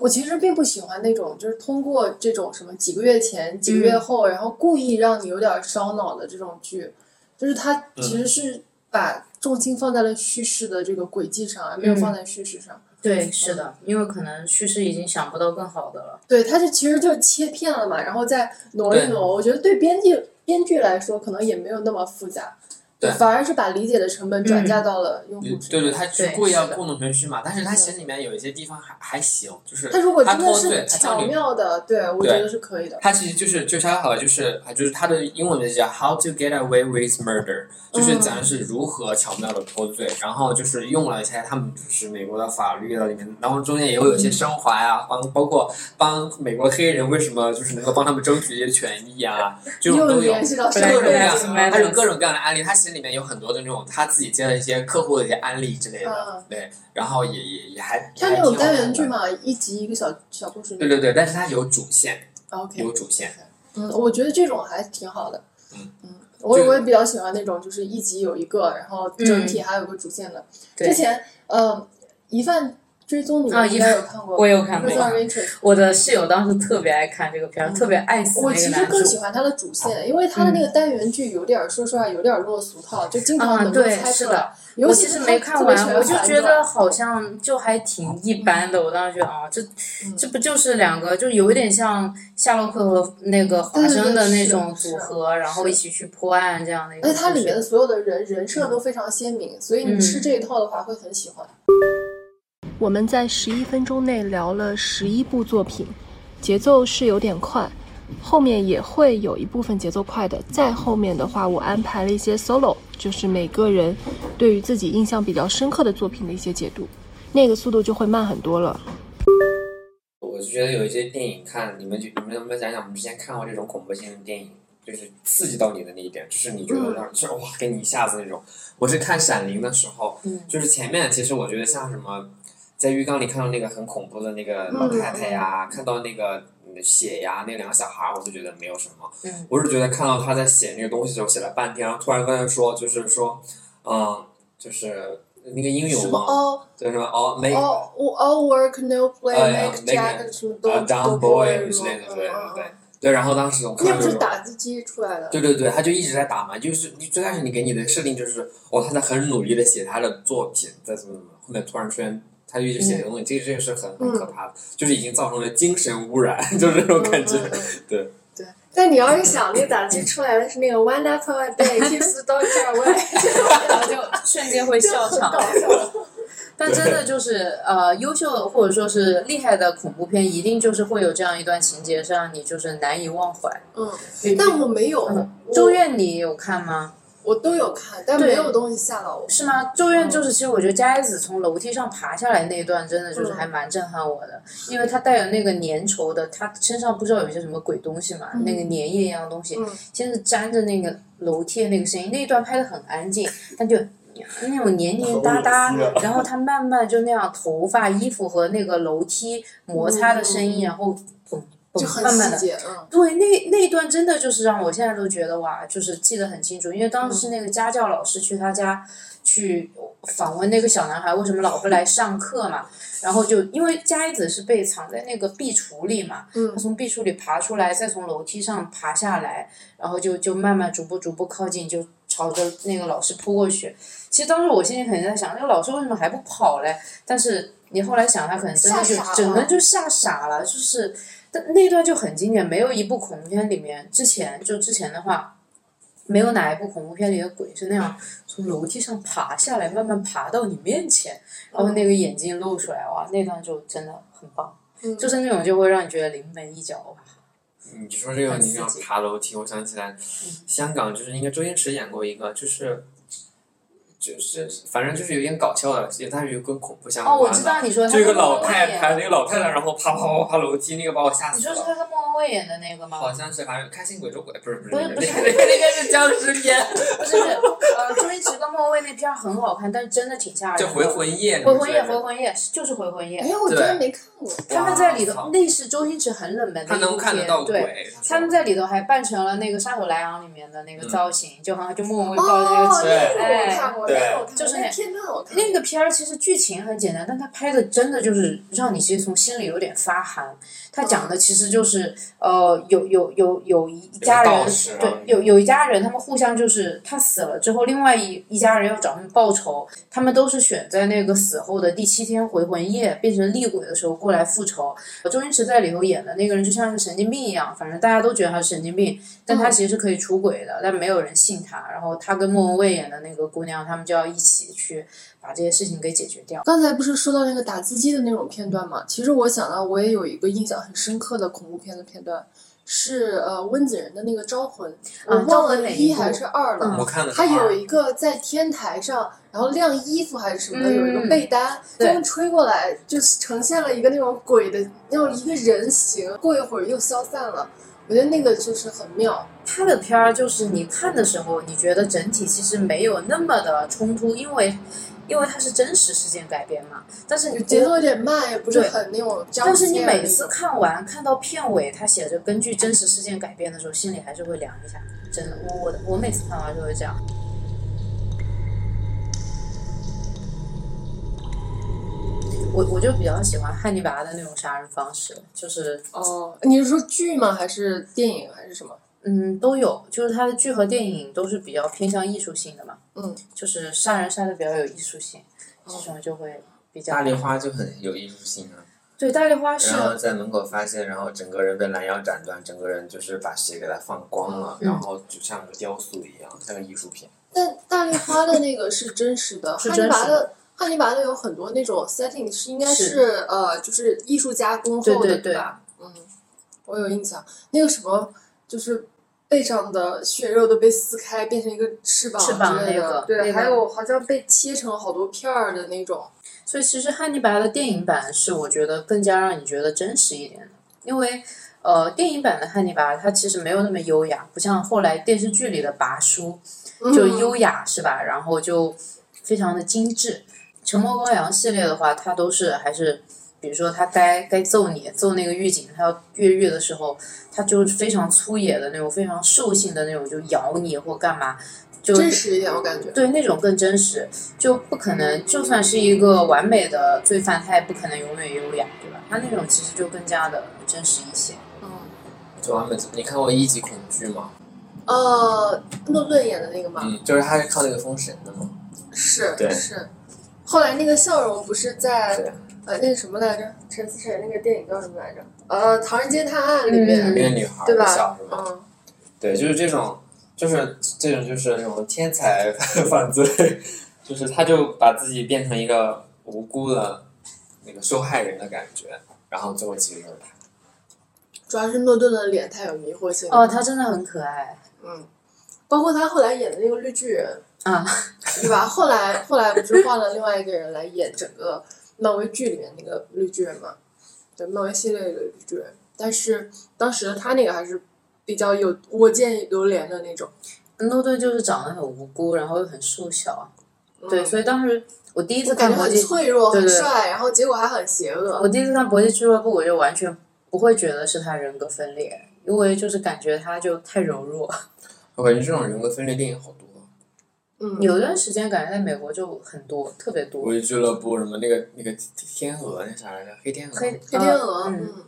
Speaker 5: 我其实并不喜欢那种，就是通过这种什么几个月前、几个月
Speaker 4: 嗯
Speaker 5: 后，然后故意让你有点烧脑的这种剧，就是它
Speaker 4: 嗯
Speaker 5: 其实是把重心放在了叙事的这个轨迹上，啊而
Speaker 4: 嗯
Speaker 5: 没有放在叙事上。
Speaker 6: 对，是的，因为可能叙事已经想不到更好的了。
Speaker 5: 对，它是其实就是切片了嘛，然后再挪一
Speaker 4: 对
Speaker 5: 挪。我觉得对编剧编剧来说，可能也没有那么复杂，
Speaker 4: 对
Speaker 5: 反而是把理解的成本转嫁到了用户身上。
Speaker 4: 对对，他是
Speaker 6: 对
Speaker 4: 故意要
Speaker 6: 是的
Speaker 4: 故弄玄虚嘛，但是他其实里面有一些地方还还行，就是
Speaker 5: 他如果真的
Speaker 4: 脱罪
Speaker 5: 是，
Speaker 4: 他教
Speaker 5: 巧
Speaker 4: 你
Speaker 5: 妙的，对我觉
Speaker 4: 对
Speaker 5: 得是可以的。
Speaker 4: 它其实就是就它好就是啊，就是它的英文名字叫 How to Get Away with Murder，就是
Speaker 5: 嗯
Speaker 4: 讲的是如何巧妙的脱罪，然后就是用了一些他们就是美国的法律啊的里面，然后中间也会有一
Speaker 5: 嗯
Speaker 4: 些升华呀、帮包括帮美国黑人为什么就是能够帮他们争取一些权益啊，这种
Speaker 5: 又
Speaker 4: 都有。
Speaker 5: 联系到
Speaker 4: 各
Speaker 5: 上
Speaker 4: 种
Speaker 5: 个
Speaker 4: 各
Speaker 5: 月
Speaker 4: 样
Speaker 5: 的
Speaker 6: 对
Speaker 5: 是
Speaker 6: 对
Speaker 5: 吗
Speaker 6: 对？
Speaker 4: 它有各种各样的案例，它其实里面有很多的那种他自己接了一些客户的一些案例之类的
Speaker 5: 嗯，
Speaker 4: 对，然后也也也还
Speaker 5: 它
Speaker 4: 也还
Speaker 5: 那种
Speaker 4: 挺好
Speaker 5: 单
Speaker 4: 看
Speaker 5: 元
Speaker 4: 的
Speaker 5: 剧嘛，一集一个小小故事。
Speaker 4: 对对对，但是它有主线，
Speaker 5: OK，
Speaker 4: 有主线。
Speaker 5: 嗯，我觉得这种还挺好的。
Speaker 4: 嗯
Speaker 5: 我
Speaker 4: 这个
Speaker 5: 我也比较喜欢那种，就是
Speaker 6: 嗯
Speaker 5: 一集有一个，然后整体还有个主线的。之前，呃，疑犯追踪你
Speaker 6: 啊
Speaker 5: 应
Speaker 6: 一
Speaker 5: 该有看过吧，
Speaker 6: 我有看过
Speaker 5: Prison Richard
Speaker 6: 我的室友当时特别爱看这个片儿，特别爱死
Speaker 5: 我
Speaker 6: 那个
Speaker 5: 其实
Speaker 6: 男主啊嗯
Speaker 5: 更。喜欢他的主线，因为他的那个单元剧有点儿，说实话有点儿落俗套，就经常
Speaker 6: 啊
Speaker 5: 能够
Speaker 6: 对
Speaker 5: 猜
Speaker 6: 是
Speaker 5: 出
Speaker 6: 的
Speaker 5: 来。尤
Speaker 6: 我
Speaker 5: 其
Speaker 6: 其实
Speaker 5: 他
Speaker 6: 没看
Speaker 5: 特别
Speaker 6: 完
Speaker 5: 喜，欢
Speaker 6: 我就
Speaker 5: 反
Speaker 6: 觉
Speaker 5: 转
Speaker 6: 得好像就还挺一般的。我当时觉得啊，这
Speaker 5: 嗯
Speaker 6: 这不就是两个，就有一点像夏洛克和那个华生的那种组合，然后一起去破案这样的一个
Speaker 5: 而且
Speaker 6: 故事。
Speaker 5: 它里面的所有的人人设都非常鲜明，所以你吃这一套的话会很喜欢。
Speaker 3: 我们在十一分钟内聊了十一部作品，节奏是有点快，后面也会有一部分节奏快的。再后面的话，我安排了一些 solo，就是每个人对于自己印象比较深刻的作品的一些解读，那个速度就会慢很多了。
Speaker 4: 我就觉得有一些电影看，你们就你们能不能讲讲我们之前看过这种恐怖性的电影，就是刺激到你的那一点，就是你觉得让就是哇给你一下子那种。我是看《闪灵》的时候，
Speaker 6: 嗯
Speaker 4: 就是前面其实我觉得像什么，在浴缸里看到那个很恐怖的那个老太太呀，看到那个嗯血呀，那两个小孩儿，我就觉得没有什么。
Speaker 6: 嗯
Speaker 4: 我是觉得看到他在写那个东西的时候写了半天，然后突然跟他说，就是说，嗯，就是那个英
Speaker 5: 什
Speaker 4: 勇
Speaker 5: 么
Speaker 4: 嘛，
Speaker 5: all
Speaker 4: 就是什么哦没。
Speaker 5: all all work no
Speaker 4: 哎呀
Speaker 5: play make
Speaker 4: make-
Speaker 5: Jack 什么都
Speaker 4: 啊
Speaker 5: 都
Speaker 4: ，down
Speaker 5: 不
Speaker 4: boy
Speaker 5: 会
Speaker 4: 之类的，对
Speaker 5: 嗯嗯
Speaker 4: 对对
Speaker 5: 嗯
Speaker 4: 对。然后当时我看
Speaker 5: 那
Speaker 4: 到
Speaker 5: 不
Speaker 4: 这
Speaker 5: 是
Speaker 4: 种
Speaker 5: 打字机出来的，
Speaker 4: 对对对，他就一直在打嘛，就是你最开始你给你的设定就是，哦，他在很努力的写他的作品，在怎么怎么，后面突然出现他就一直写这个东
Speaker 5: 嗯
Speaker 4: 西，这个这个是很很可怕的，就是已经造成了精神污染， 就是这种感觉。
Speaker 5: 嗯嗯嗯
Speaker 4: 对，
Speaker 5: 对。但你要是想，那打字出来的是那个 wonderful a day keeps doctor away，
Speaker 6: 然后就瞬间会
Speaker 5: 就
Speaker 6: 笑
Speaker 5: 很
Speaker 6: 场
Speaker 5: 搞。笑。嗯
Speaker 6: 但真的就是呃，优秀的或者说是厉害的恐怖片，一定就是会有这样一段情节，是让你就是难以忘怀。
Speaker 5: 嗯，但我没有，
Speaker 6: 嗯，
Speaker 5: 我
Speaker 6: 周院你有看吗？
Speaker 5: 我都有看，但
Speaker 6: 对
Speaker 5: 没有东西吓到我。
Speaker 6: 是吗？咒
Speaker 5: 嗯
Speaker 6: 怨就是，其实我觉得佳椰子从楼梯上爬下来那一段，真的
Speaker 5: 嗯
Speaker 6: 就是还蛮震撼我的，因为它带有那个粘稠的，它身上不知道有一些什么鬼东西嘛，那个粘液一样的东西，
Speaker 5: 嗯
Speaker 6: 先是粘着那个楼梯的那个声音，那一段拍的很安静，但就。那种黏黏哒哒
Speaker 4: 好恶心啊，
Speaker 6: 然后它慢慢就那样，头发、衣服和那个楼梯摩擦的声音，然后嘣
Speaker 5: 嗯就
Speaker 6: 嘣，
Speaker 5: 很
Speaker 6: 慢慢
Speaker 5: 细
Speaker 6: 的，
Speaker 5: 节，嗯，
Speaker 6: 对，那那一段真的就是让我现在都觉得哇，就是记得很清楚，因为当时是那个家教老师去他家去访问那个小男孩为什么老不来上课嘛，然后就因为佳一子是被藏在那个壁橱里嘛，
Speaker 5: 嗯
Speaker 6: 他从壁橱里爬出来，再从楼梯上爬下来，然后就就慢慢逐步逐步靠近，就朝着那个老师扑过去。其实当时我心里肯定在想，这个老师为什么还不跑嘞？但是你后来想，他可能真的就
Speaker 5: 吓傻了
Speaker 6: 整个就吓傻了，就是。但那段就很经典，没有一部恐怖片里面之前就之前的话，没有哪一部恐怖片里的鬼是那样从楼梯上爬下来，慢慢爬到你面前，然后那个眼睛露出来，哇，那段就真的很棒，
Speaker 5: 嗯
Speaker 6: 就是那种就会让你觉得临门一脚哇。
Speaker 4: 啊嗯你说这个，
Speaker 6: 很
Speaker 4: 你
Speaker 6: 刺
Speaker 4: 要
Speaker 6: 激
Speaker 4: 爬楼梯，我想起来，
Speaker 5: 嗯
Speaker 4: 香港就是应该周星驰演过一个，就是。就是，反正就是有点搞笑的，也但是有跟恐怖相关的。
Speaker 6: 哦，我知道你说他
Speaker 4: 就一
Speaker 6: 是
Speaker 4: 个
Speaker 6: 莫
Speaker 4: 老
Speaker 6: 文蔚
Speaker 4: 太
Speaker 6: 演
Speaker 4: 太，那个老太太，然后啪啪啪爬楼梯，那个把我吓
Speaker 6: 嗯
Speaker 4: 死
Speaker 6: 你说
Speaker 4: 了
Speaker 6: 是。他跟莫文蔚演的那个吗？
Speaker 4: 好像是，反正开心鬼捉鬼不是不
Speaker 6: 不是
Speaker 4: 是
Speaker 6: 不是
Speaker 4: 那个那个 那个是僵尸片，
Speaker 6: 不是，呃，周星驰跟莫文蔚那片儿很好看，但是真的挺吓人的。
Speaker 4: 叫回魂夜。
Speaker 6: 回魂夜，
Speaker 4: 你们
Speaker 6: 回
Speaker 4: 知道吗
Speaker 6: 魂夜就是回魂夜。
Speaker 5: 哎，我真
Speaker 4: 对
Speaker 5: 的没看过，
Speaker 6: 他们在里头
Speaker 4: 哇，
Speaker 6: 那是周星驰很冷门的
Speaker 4: 他
Speaker 6: 一
Speaker 4: 能
Speaker 6: 部
Speaker 4: 看得
Speaker 6: 片
Speaker 4: 到，
Speaker 6: 对。
Speaker 4: 鬼。
Speaker 6: 他们
Speaker 4: 在
Speaker 6: 在里头还扮成了那个《杀手莱昂》里面的
Speaker 4: 嗯
Speaker 6: 那个造型，就好像就莫文蔚
Speaker 5: 哦，
Speaker 6: 抱着那个
Speaker 5: 那个我
Speaker 6: 鸡。哎
Speaker 5: 看过，
Speaker 4: 对
Speaker 5: 那个我看过，
Speaker 6: 就是那
Speaker 5: 那片段我看过。
Speaker 6: 那个片儿其实剧情很简单，但他拍的真的就是让你其实从心里有点发寒。他讲的其实就是呃，有有有有一家人
Speaker 4: 道士啊
Speaker 6: 对，有有一家人他们互相就是他死了之后，另外一一家人要找他们报仇，他们都是选在那个死后的第七天回魂夜变成厉鬼的时候过来复仇。周星驰在里头演的那个人就像是神经病一样，反正大家都觉得他是神经病，但他其实是可以出轨的，但没有人信他。然后他跟莫文蔚演的那个姑娘，他们就要一起去把这些事情给解决掉。
Speaker 5: 刚才不是说到那个打字机的那种片段嘛？其实我想到我也有一个印象很深刻的恐怖片的片段，是呃温子仁的那个《啊招魂》，我
Speaker 6: 招
Speaker 5: 忘
Speaker 6: 魂
Speaker 5: 了
Speaker 6: 哪一
Speaker 5: 一嗯
Speaker 6: 部
Speaker 5: 还是二
Speaker 6: 嗯
Speaker 5: 了。
Speaker 4: 我看了
Speaker 5: 他有
Speaker 4: 二
Speaker 5: 一个在天台上，然后晾衣服还是什么的，有一
Speaker 6: 嗯
Speaker 5: 个被单，
Speaker 6: 对
Speaker 5: 风吹过来，就是呈现了一个那种鬼的，那种一个人形，过一会儿又消散了。我觉得那个就是很妙，
Speaker 6: 他的片儿就是你看的时候，你觉得整体其实没有那么的冲突，因为因为它是真实事件改编嘛。但是
Speaker 5: 就
Speaker 6: 你
Speaker 5: 节奏有点慢，也不是
Speaker 6: 对
Speaker 5: 很那种张
Speaker 6: 但是你
Speaker 5: 线的
Speaker 6: 每
Speaker 5: 那
Speaker 6: 次
Speaker 5: 种
Speaker 6: 看完看到片尾，他写着根据真实事件改编的时候，心里还是会凉一下。真的，我我我每次看完就会这样。我我就比较喜欢汉尼拔的那种杀人方式，就是
Speaker 5: 哦，你是说剧吗？还是电影？还是什么？
Speaker 6: 嗯都有，就是他的剧和电影都是比较偏向艺术性的嘛，
Speaker 5: 嗯，
Speaker 6: 就是杀人杀的比较有艺术性，这种就会比较
Speaker 4: 哦大丽花就很有艺术性啊，
Speaker 6: 对大丽花是
Speaker 4: 然后在门口发现，然后整个人被拦腰斩断，整个人就是把血给它放光了，
Speaker 6: 嗯
Speaker 4: 然后就像个雕塑一样，像个艺术品。
Speaker 5: 但大丽花的那个 是真实的，
Speaker 6: 是
Speaker 5: 汉尼拔
Speaker 6: 真实的
Speaker 5: 的汉尼拔的有很多那种 setting 是应该
Speaker 6: 是
Speaker 5: 是呃，就是艺术加工后的
Speaker 6: 对对对
Speaker 5: 吧？嗯，我有印象，那个什么就是背上的血肉都被撕开变成一个翅膀
Speaker 6: 翅膀
Speaker 5: 之类
Speaker 6: 那个
Speaker 5: 的，对，
Speaker 6: 那个
Speaker 5: 还有好像被切成好多片儿的那种，
Speaker 6: 所以其实《汉尼拔》的电影版是我觉得更加让你觉得真实一点的，因为呃，电影版的《汉尼拔》它其实没有那么优雅，不像后来电视剧里的拔叔
Speaker 5: 嗯
Speaker 6: 就优雅、是吧？然后就非常的精致。沉默羔羊系列的话，它都是还是。比如说他该该揍你，揍那个狱警，他要越狱的时候，他就是非常粗野的那种，非常兽性的那种，就咬你或干嘛，就
Speaker 5: 真实一点，我感觉。
Speaker 6: 对那种更真实，就不可能，就算是一个完美的罪犯，他也不可能永远优雅，对吧？他那种其实就更加的真实一些。
Speaker 5: 嗯，
Speaker 4: 就完美，你看过一级恐惧吗？
Speaker 5: 呃，诺顿演的那个嘛，
Speaker 4: 嗯，就是他是靠那个封神的嘛。
Speaker 5: 是
Speaker 4: 对
Speaker 5: 是。后来那个笑容不是在
Speaker 6: 嗯
Speaker 4: 对，
Speaker 5: 呃那个什么来着？陈思诚那个电影叫什么来着？呃，《唐人街探案》里
Speaker 6: 嗯
Speaker 5: 面，
Speaker 4: 那个女孩
Speaker 5: 对
Speaker 4: 的
Speaker 5: 吧
Speaker 4: 笑是吗？
Speaker 5: 嗯，
Speaker 4: 对，就是这种，就是这种，就是那种天才 犯罪，就是他就把自己变成一个无辜的那个受害人的感觉，然后最后其实就是他。
Speaker 5: 主要是诺顿的脸太有迷惑性了。
Speaker 6: 哦，他真的很可爱
Speaker 5: 嗯，包括他后来演的那个绿巨人，
Speaker 6: 啊！
Speaker 5: 对吧？后来后来不是换了另外一个人来演整个漫威剧里面那个绿巨人嘛？对，漫威系列里的绿巨人。但是当时他那个还是比较有我见犹怜的那种。
Speaker 6: 诺顿就是长得很无辜，然后又很瘦小，
Speaker 5: 嗯
Speaker 6: 对，所以当时我第一次
Speaker 5: 就感觉
Speaker 6: 看《搏
Speaker 5: 很
Speaker 6: 击》，
Speaker 5: 脆弱、
Speaker 6: 对
Speaker 5: 很
Speaker 6: 对
Speaker 5: 帅，然后结果还很邪
Speaker 6: 我
Speaker 5: 恶。
Speaker 6: 第一次看《搏击俱乐部》，我就完全不会觉得是他人格分裂，因为就是感觉他就太柔弱。
Speaker 4: 我感觉这种人格分裂电影好多，啊
Speaker 5: 嗯，
Speaker 6: 有一段时间感觉在美国就很多，特别多。
Speaker 4: 我俱乐部什么那个那个天鹅那啥来着，黑天鹅，
Speaker 6: 黑
Speaker 5: 黑天鹅，
Speaker 6: 嗯
Speaker 5: 嗯，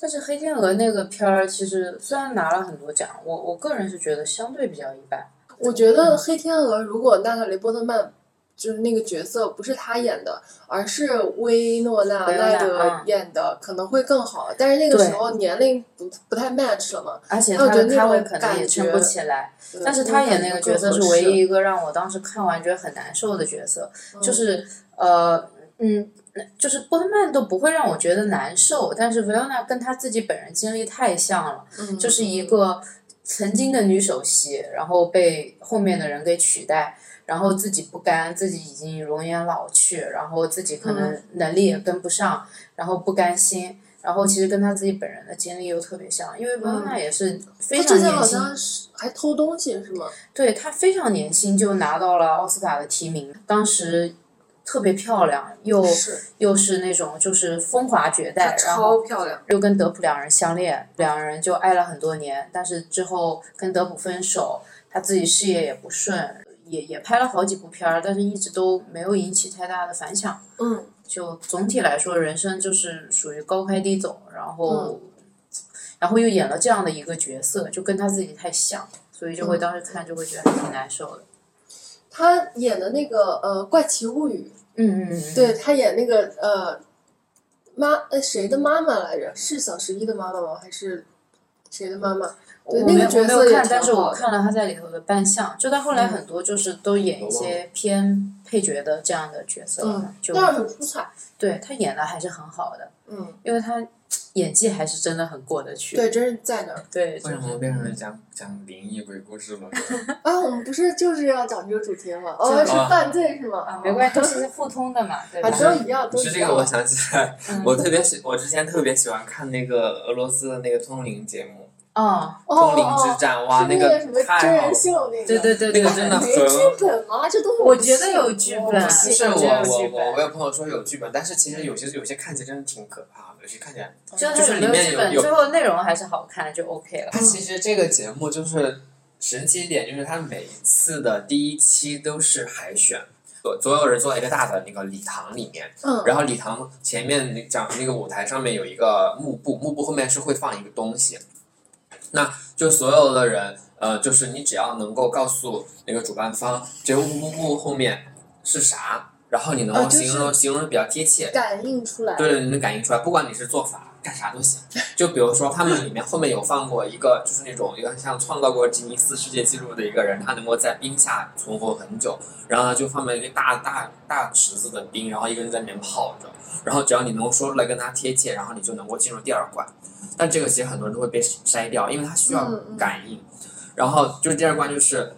Speaker 6: 但是《黑天鹅》那个片儿，其实虽然拿了很多奖，我我个人是觉得相对比较一般。
Speaker 5: 我觉得黑天鹅如果娜塔莉波特曼就是那个角色不是她演的，而是薇诺娜
Speaker 6: 薇诺娜
Speaker 5: 奈德
Speaker 6: 嗯
Speaker 5: 演的，可能会更好。但是那个
Speaker 6: 对
Speaker 5: 时候年龄不不太 match 了嘛，
Speaker 6: 而且
Speaker 5: 我
Speaker 6: 他
Speaker 5: 觉得
Speaker 6: 的
Speaker 5: 哦那
Speaker 6: 咖位
Speaker 5: 种
Speaker 6: 可能也
Speaker 5: 感
Speaker 6: 撑
Speaker 5: 觉
Speaker 6: 不起来，
Speaker 5: 对
Speaker 6: 但是他演那个角色是唯一。
Speaker 5: 嗯
Speaker 6: 一个让我当时看完觉得很难受的角色，就是呃嗯，就是波特曼都不会让我觉得难受，但是维奥娜跟她自己本人经历太像了，
Speaker 5: 嗯
Speaker 6: 就是一个曾经的女首席，然后被后面的人给取代，然后自己不甘，自己已经容颜老去，然后自己可
Speaker 5: 嗯
Speaker 6: 能能力也跟不上，然后不甘心，然后其实跟他自己本人的经历又特别像，因
Speaker 5: 嗯
Speaker 6: 为维欧娜也是非
Speaker 5: 他
Speaker 6: 常
Speaker 5: 之前哦
Speaker 6: 年
Speaker 5: 好
Speaker 6: 轻，
Speaker 5: 像是还偷东西是吗？
Speaker 6: 对她非常年轻就拿到了奥斯卡的提名，当时。特别漂亮，又
Speaker 5: 是
Speaker 6: 又是那种就是风华绝代
Speaker 5: 她，
Speaker 6: 哦然后
Speaker 5: 超漂亮。
Speaker 6: 又跟德普两人相恋，两人就爱了很多年，但是之后跟德普分手，他自己事业也不顺，也也拍了好几部片儿，但是一直都没有引起太大的反响。
Speaker 5: 嗯，
Speaker 6: 就总体来说，人生就是属于高开低走，然后，然后又演了这样的一个角色，就跟他自己太像，所以就会当时看就会觉得还挺难受的。
Speaker 5: 他演的那个呃《怪奇物语》，
Speaker 6: 嗯嗯嗯，
Speaker 5: 对他演那个呃妈呃谁的妈妈来着？是小十一的妈妈吗？还是谁的妈妈？对
Speaker 6: 我
Speaker 5: 那
Speaker 6: 没
Speaker 5: 个
Speaker 6: 有我
Speaker 5: 角
Speaker 6: 没
Speaker 5: 色
Speaker 6: 有
Speaker 5: 也
Speaker 6: 看，
Speaker 5: 挺
Speaker 6: 但是我
Speaker 5: 好的
Speaker 6: 看了他在里头的扮相，就他后来很多就是都演一些偏配角的这样的角色了，
Speaker 5: 嗯
Speaker 6: 就
Speaker 5: 但是很出彩。
Speaker 6: 对他演的还是很好的，
Speaker 5: 嗯，
Speaker 6: 因为他演技还是真的很过得去。
Speaker 5: 对，真是在那儿。
Speaker 6: 对，就
Speaker 4: 为
Speaker 6: 是
Speaker 4: 什么变成了讲讲灵异鬼故事了？
Speaker 5: 啊，我们不是就是要讲这个主题吗？
Speaker 6: 这
Speaker 5: 哦，是
Speaker 4: 啊
Speaker 5: 犯罪是吗？
Speaker 6: 啊
Speaker 5: 啊，
Speaker 6: 没关系，都是互通的嘛，对吧
Speaker 5: 啊，？都一样， 都啊
Speaker 4: 是
Speaker 5: 一
Speaker 4: 这个，我
Speaker 5: 样。
Speaker 4: 想起来，
Speaker 6: 嗯
Speaker 4: 我特别喜，我之前特别喜欢看那个俄罗斯的那个通灵节目
Speaker 6: 哦，
Speaker 4: 《
Speaker 5: 哦
Speaker 4: 通灵
Speaker 5: 哦
Speaker 4: 之，战》，
Speaker 5: 哦
Speaker 4: 哇，
Speaker 5: 是那
Speaker 4: 个
Speaker 5: 什么真
Speaker 4: 太好
Speaker 5: 人
Speaker 4: 了，
Speaker 5: 秀那个，
Speaker 6: 对对哦对对，
Speaker 4: 那个真的
Speaker 5: 没
Speaker 4: 很
Speaker 5: 剧本吗？这都是
Speaker 6: 我觉得有剧本
Speaker 5: 我不
Speaker 4: 是
Speaker 5: 信
Speaker 4: 我
Speaker 6: 我觉得有
Speaker 4: 我
Speaker 6: 剧
Speaker 4: 我
Speaker 6: 本
Speaker 4: 我有朋友说有剧本，但是其实有些有些看起来真的挺可怕的，有些看起来
Speaker 6: 就
Speaker 4: 就是
Speaker 6: 它有
Speaker 4: 里
Speaker 6: 没
Speaker 4: 面
Speaker 6: 剧
Speaker 4: 有
Speaker 6: 本，
Speaker 4: 有
Speaker 6: 最后内容还是好看就 OK 了
Speaker 4: 它。其实这个节目就是神奇一点，就是它每一次的第一期都是海选，所所有人坐在一个大的那个礼堂里面，
Speaker 5: 嗯，
Speaker 4: 然后礼堂前面那讲那个舞台上面有一个幕布，幕布后面是会放一个东西，那就所有的人，呃，就是你只要能够告诉那个主办方这个幕布后面是啥，然后你能
Speaker 6: 哦
Speaker 5: 啊
Speaker 4: 够
Speaker 5: 就是
Speaker 4: 形容、形容得比较贴切，
Speaker 5: 感应出来，
Speaker 4: 对，你能感应出来，不管你是做法干啥都行。就比如说，他们里面后面有放过一个，就是那种有点像创造过吉尼斯世界纪录的一个人，他能够在冰下存活很久，然后他就放了一个大大大池子的冰，然后一个人在里面泡着，然后只要你能说出来跟他贴切，然后你就能够进入第二关。但这个其实很多人都会被筛掉，因为他需要
Speaker 5: 嗯嗯
Speaker 4: 感应。然后就是第二关就是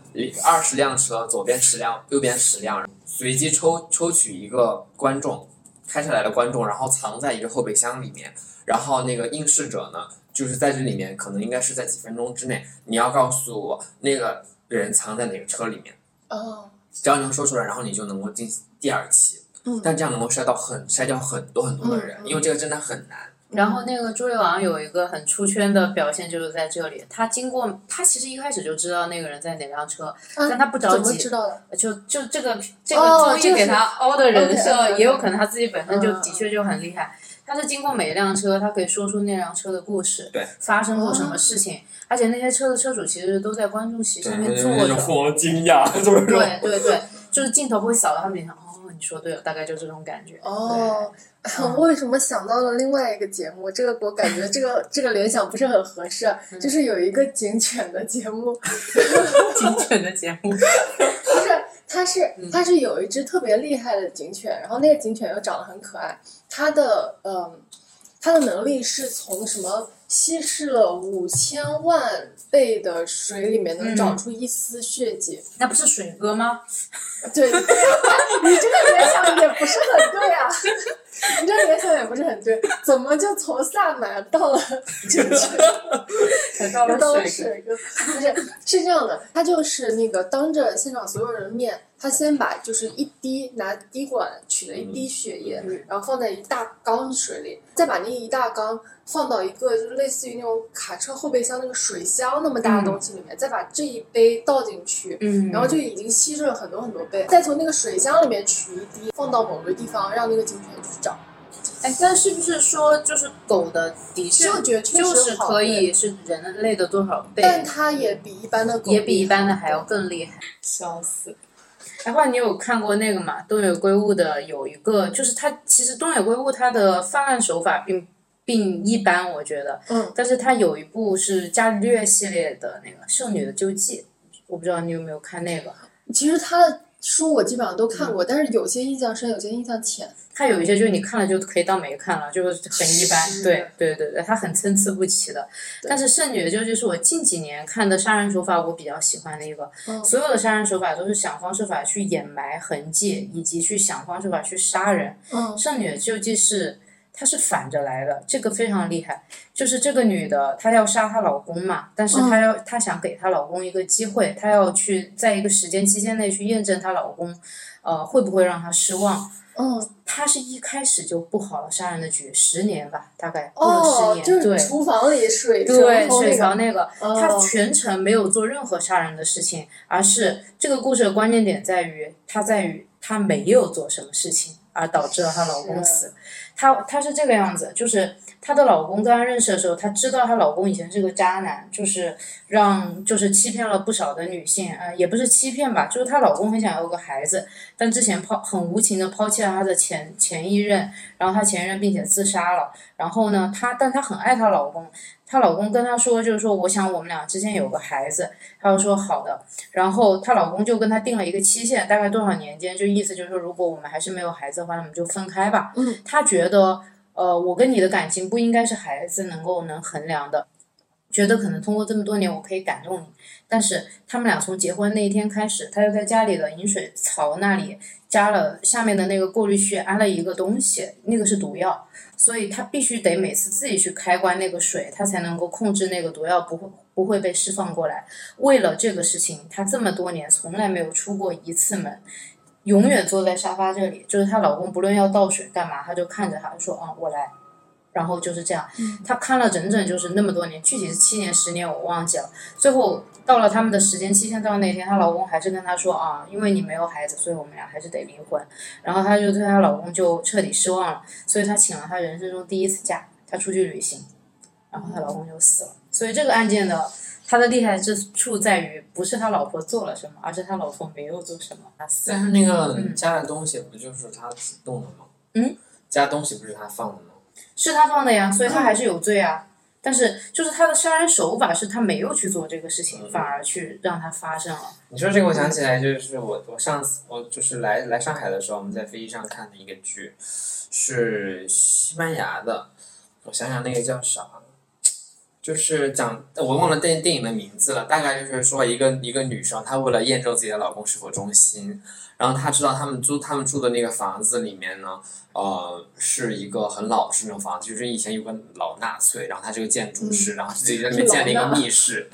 Speaker 4: 二十辆车，左边十辆，右边十辆，随机抽抽取一个观众，开下来的观众，然后藏在一个后备箱里面。然后那个应试者呢，就是在这里面，可能应该是在几分钟之内，你要告诉我那个人藏在哪个车里面。
Speaker 5: 哦，
Speaker 4: 只要你能说出来，然后你就能够进行第二期。
Speaker 5: 嗯
Speaker 4: 但这样能够筛到很筛掉很多很多的人，
Speaker 5: 嗯嗯
Speaker 4: 因为这个真的很难。
Speaker 6: 然后那个朱莉王有一个很出圈的表现，就是在这里，他经过他其实一开始就知道那个人在哪辆车，但他不着
Speaker 5: 啊怎么
Speaker 6: 急，
Speaker 5: 知道的？
Speaker 6: 就就这个这个
Speaker 5: 哦
Speaker 6: 综
Speaker 5: 这
Speaker 6: 艺
Speaker 5: 个
Speaker 6: 给
Speaker 5: 是
Speaker 6: 他凹的人设
Speaker 5: OK，OK，OK
Speaker 6: 也有可能他自己本身就
Speaker 5: 嗯嗯
Speaker 6: 的确就很厉害。他是经过每一辆车，他可以说出那辆车的故事，
Speaker 4: 对
Speaker 6: 发生过什
Speaker 5: 哦
Speaker 6: 么事情，而且那些车的车主其实都在观众席上面坐着，
Speaker 4: 莫惊讶，就是
Speaker 6: 对对对，就是镜头会扫到他们脸上，哦，你说对了，大概就这种感觉。
Speaker 5: 哦，
Speaker 6: 嗯
Speaker 5: 我为什么想到了另外一个节目？这个我感觉这个这个联想不是很合适，啊
Speaker 6: 嗯
Speaker 5: 就是有一个警犬的节目，
Speaker 6: 警犬的节目，
Speaker 5: 不是，它是它是有一只特别厉害的警犬，然后那个警犬又长得很可爱，它的嗯，它的能力是从什么稀释了五千万倍的水里面能找出一丝血迹，
Speaker 6: 那不是水哥吗？
Speaker 5: 对， 你这个联想也不是很对啊， 你这联想也不是很对，怎么就从萨满到了警犬？
Speaker 6: 到
Speaker 5: 我
Speaker 6: 了
Speaker 5: 当
Speaker 6: 水哥，
Speaker 5: 时不是是这样的，他就是那个当着现场所有人面，他先把就是一滴拿滴管取了一滴血液，
Speaker 6: 嗯
Speaker 5: 然后放在一大缸水里，再把那一大缸放到一个就是类似于那种卡车后备箱那个水箱那么大的东西里面，再把这一杯倒进去，
Speaker 6: 嗯，
Speaker 5: 然后就已经稀释了很多很多倍，再从那个水箱里面取一滴放到某个地方，让那个警犬去找。
Speaker 6: 哎，但是不是说就是狗的的确
Speaker 5: 嗅觉确实好
Speaker 6: 就是可以是人类的多少倍，
Speaker 5: 但它也比一般的狗
Speaker 6: 也比一般的还要更厉害。
Speaker 5: 笑死。
Speaker 6: 哎，话你有看过那个嘛？东野圭吾的有一个，就是他其实东野圭吾他的犯案手法并并一般，我觉得，
Speaker 5: 嗯，
Speaker 6: 但是他有一部是伽利略系列的那个《圣女的救济》，我不知道你有没有看那个。
Speaker 5: 其实他的书我基本上都
Speaker 6: 嗯
Speaker 5: 看过，但是有些印象深，有些印象浅。
Speaker 6: 它有一些就是你看了就可以当没看了，就是很一般。
Speaker 5: 是
Speaker 6: 对对对对，它很参差不齐的。但是《圣女的救济》是我近几年看的杀人手法，我比较喜欢的一个。
Speaker 5: 嗯
Speaker 6: 所有的杀人手法都是想方设法去掩埋痕迹，以及去想方设法去杀人。
Speaker 5: 嗯
Speaker 6: 圣女的救济是她是反着来的，这个非常厉害。就是这个女的，她要杀她老公嘛，但是
Speaker 5: 嗯
Speaker 6: 她要、她想给她老公一个机会，她要去在一个时间期限内去验证她老公，呃，会不会让她失望。
Speaker 5: 嗯，
Speaker 6: 他是一开始就布好了杀人的局，十年吧，大概布了十
Speaker 5: 哦，
Speaker 6: 年，
Speaker 5: 就是
Speaker 6: 对
Speaker 5: 厨房里水
Speaker 6: 对，
Speaker 5: 头
Speaker 6: 水
Speaker 5: 那
Speaker 6: 槽
Speaker 5: 个，
Speaker 6: 那个，
Speaker 5: 哦
Speaker 6: 他全程没有做任何杀人的事情，而是这个故事的关键点在于，他在于他没有做什么事情，而导致啊了她老公死。她她是这个样子，就是她的老公跟她认识的时候，她知道她老公以前是个渣男，就是让就是欺骗了不少的女性，呃，也不是欺骗吧，就是她老公很想要个孩子，但之前抛很无情的抛弃了她的前前一任，然后她前任并且自杀了。然后呢，她但她很爱她老公，她老公跟她说，就是说我想我们俩之间有个孩子，她就说好的。然后她老公就跟她定了一个期限，大概多少年间，就意思就是说，如果我们还是没有孩子的话，那我们就分开吧。
Speaker 5: 嗯，
Speaker 6: 她觉得，呃，我跟你的感情不应该是孩子能够能衡量的。觉得可能通过这么多年，我可以感动你，但是他们俩从结婚那一天开始，她就在家里的饮水槽那里加了下面的那个过滤器，安了一个东西，那个是毒药。所以他必须得每次自己去开关那个水，他才能够控制那个毒药不会不会被释放过来。为了这个事情，他这么多年从来没有出过一次门，永远坐在沙发这里。就是她老公不论要倒水干嘛，她就看着他说：“啊，我来。”然后就是这样，他看了整整就是那么多年，具体是七年、十年我忘记了。最后到了他们的时间期限到那天，她老公还是跟她说啊，因为你没有孩子，所以我们俩还是得离婚。然后她就对她老公就彻底失望了，所以她请了她人生中第一次假，她出去旅行，然后她老公就死了。所以这个案件的她的厉害之处在于，不是她老婆做了什么，而是她老婆没有做什么，她死 了。
Speaker 4: 但是那
Speaker 5: 嗯
Speaker 4: 个加的东西不就是他自己动的吗？
Speaker 6: 嗯，
Speaker 4: 加东西不是他放的吗？
Speaker 6: 是他放的呀，所以
Speaker 5: 嗯
Speaker 6: 他还是有罪啊。但是就是他的杀人手法是他没有去做这个事
Speaker 5: 嗯
Speaker 6: 情，反而去让它发生了。
Speaker 4: 你说这个，我想起来就是我我上次我就是来来上海的时候，我们在飞机上看的一个剧，是西班牙的，我想想那个叫啥，就是讲我忘了电电影的名字了，大概就是说一个一个女生，她为了验证自己的老公是否忠心，然后她知道他们租他们住的那个房子里面呢，呃，是一个很老式那种房子，就是以前有个老纳粹，然后他这个建筑师，然后自己在里面建了一个
Speaker 5: 老纳
Speaker 4: 密室。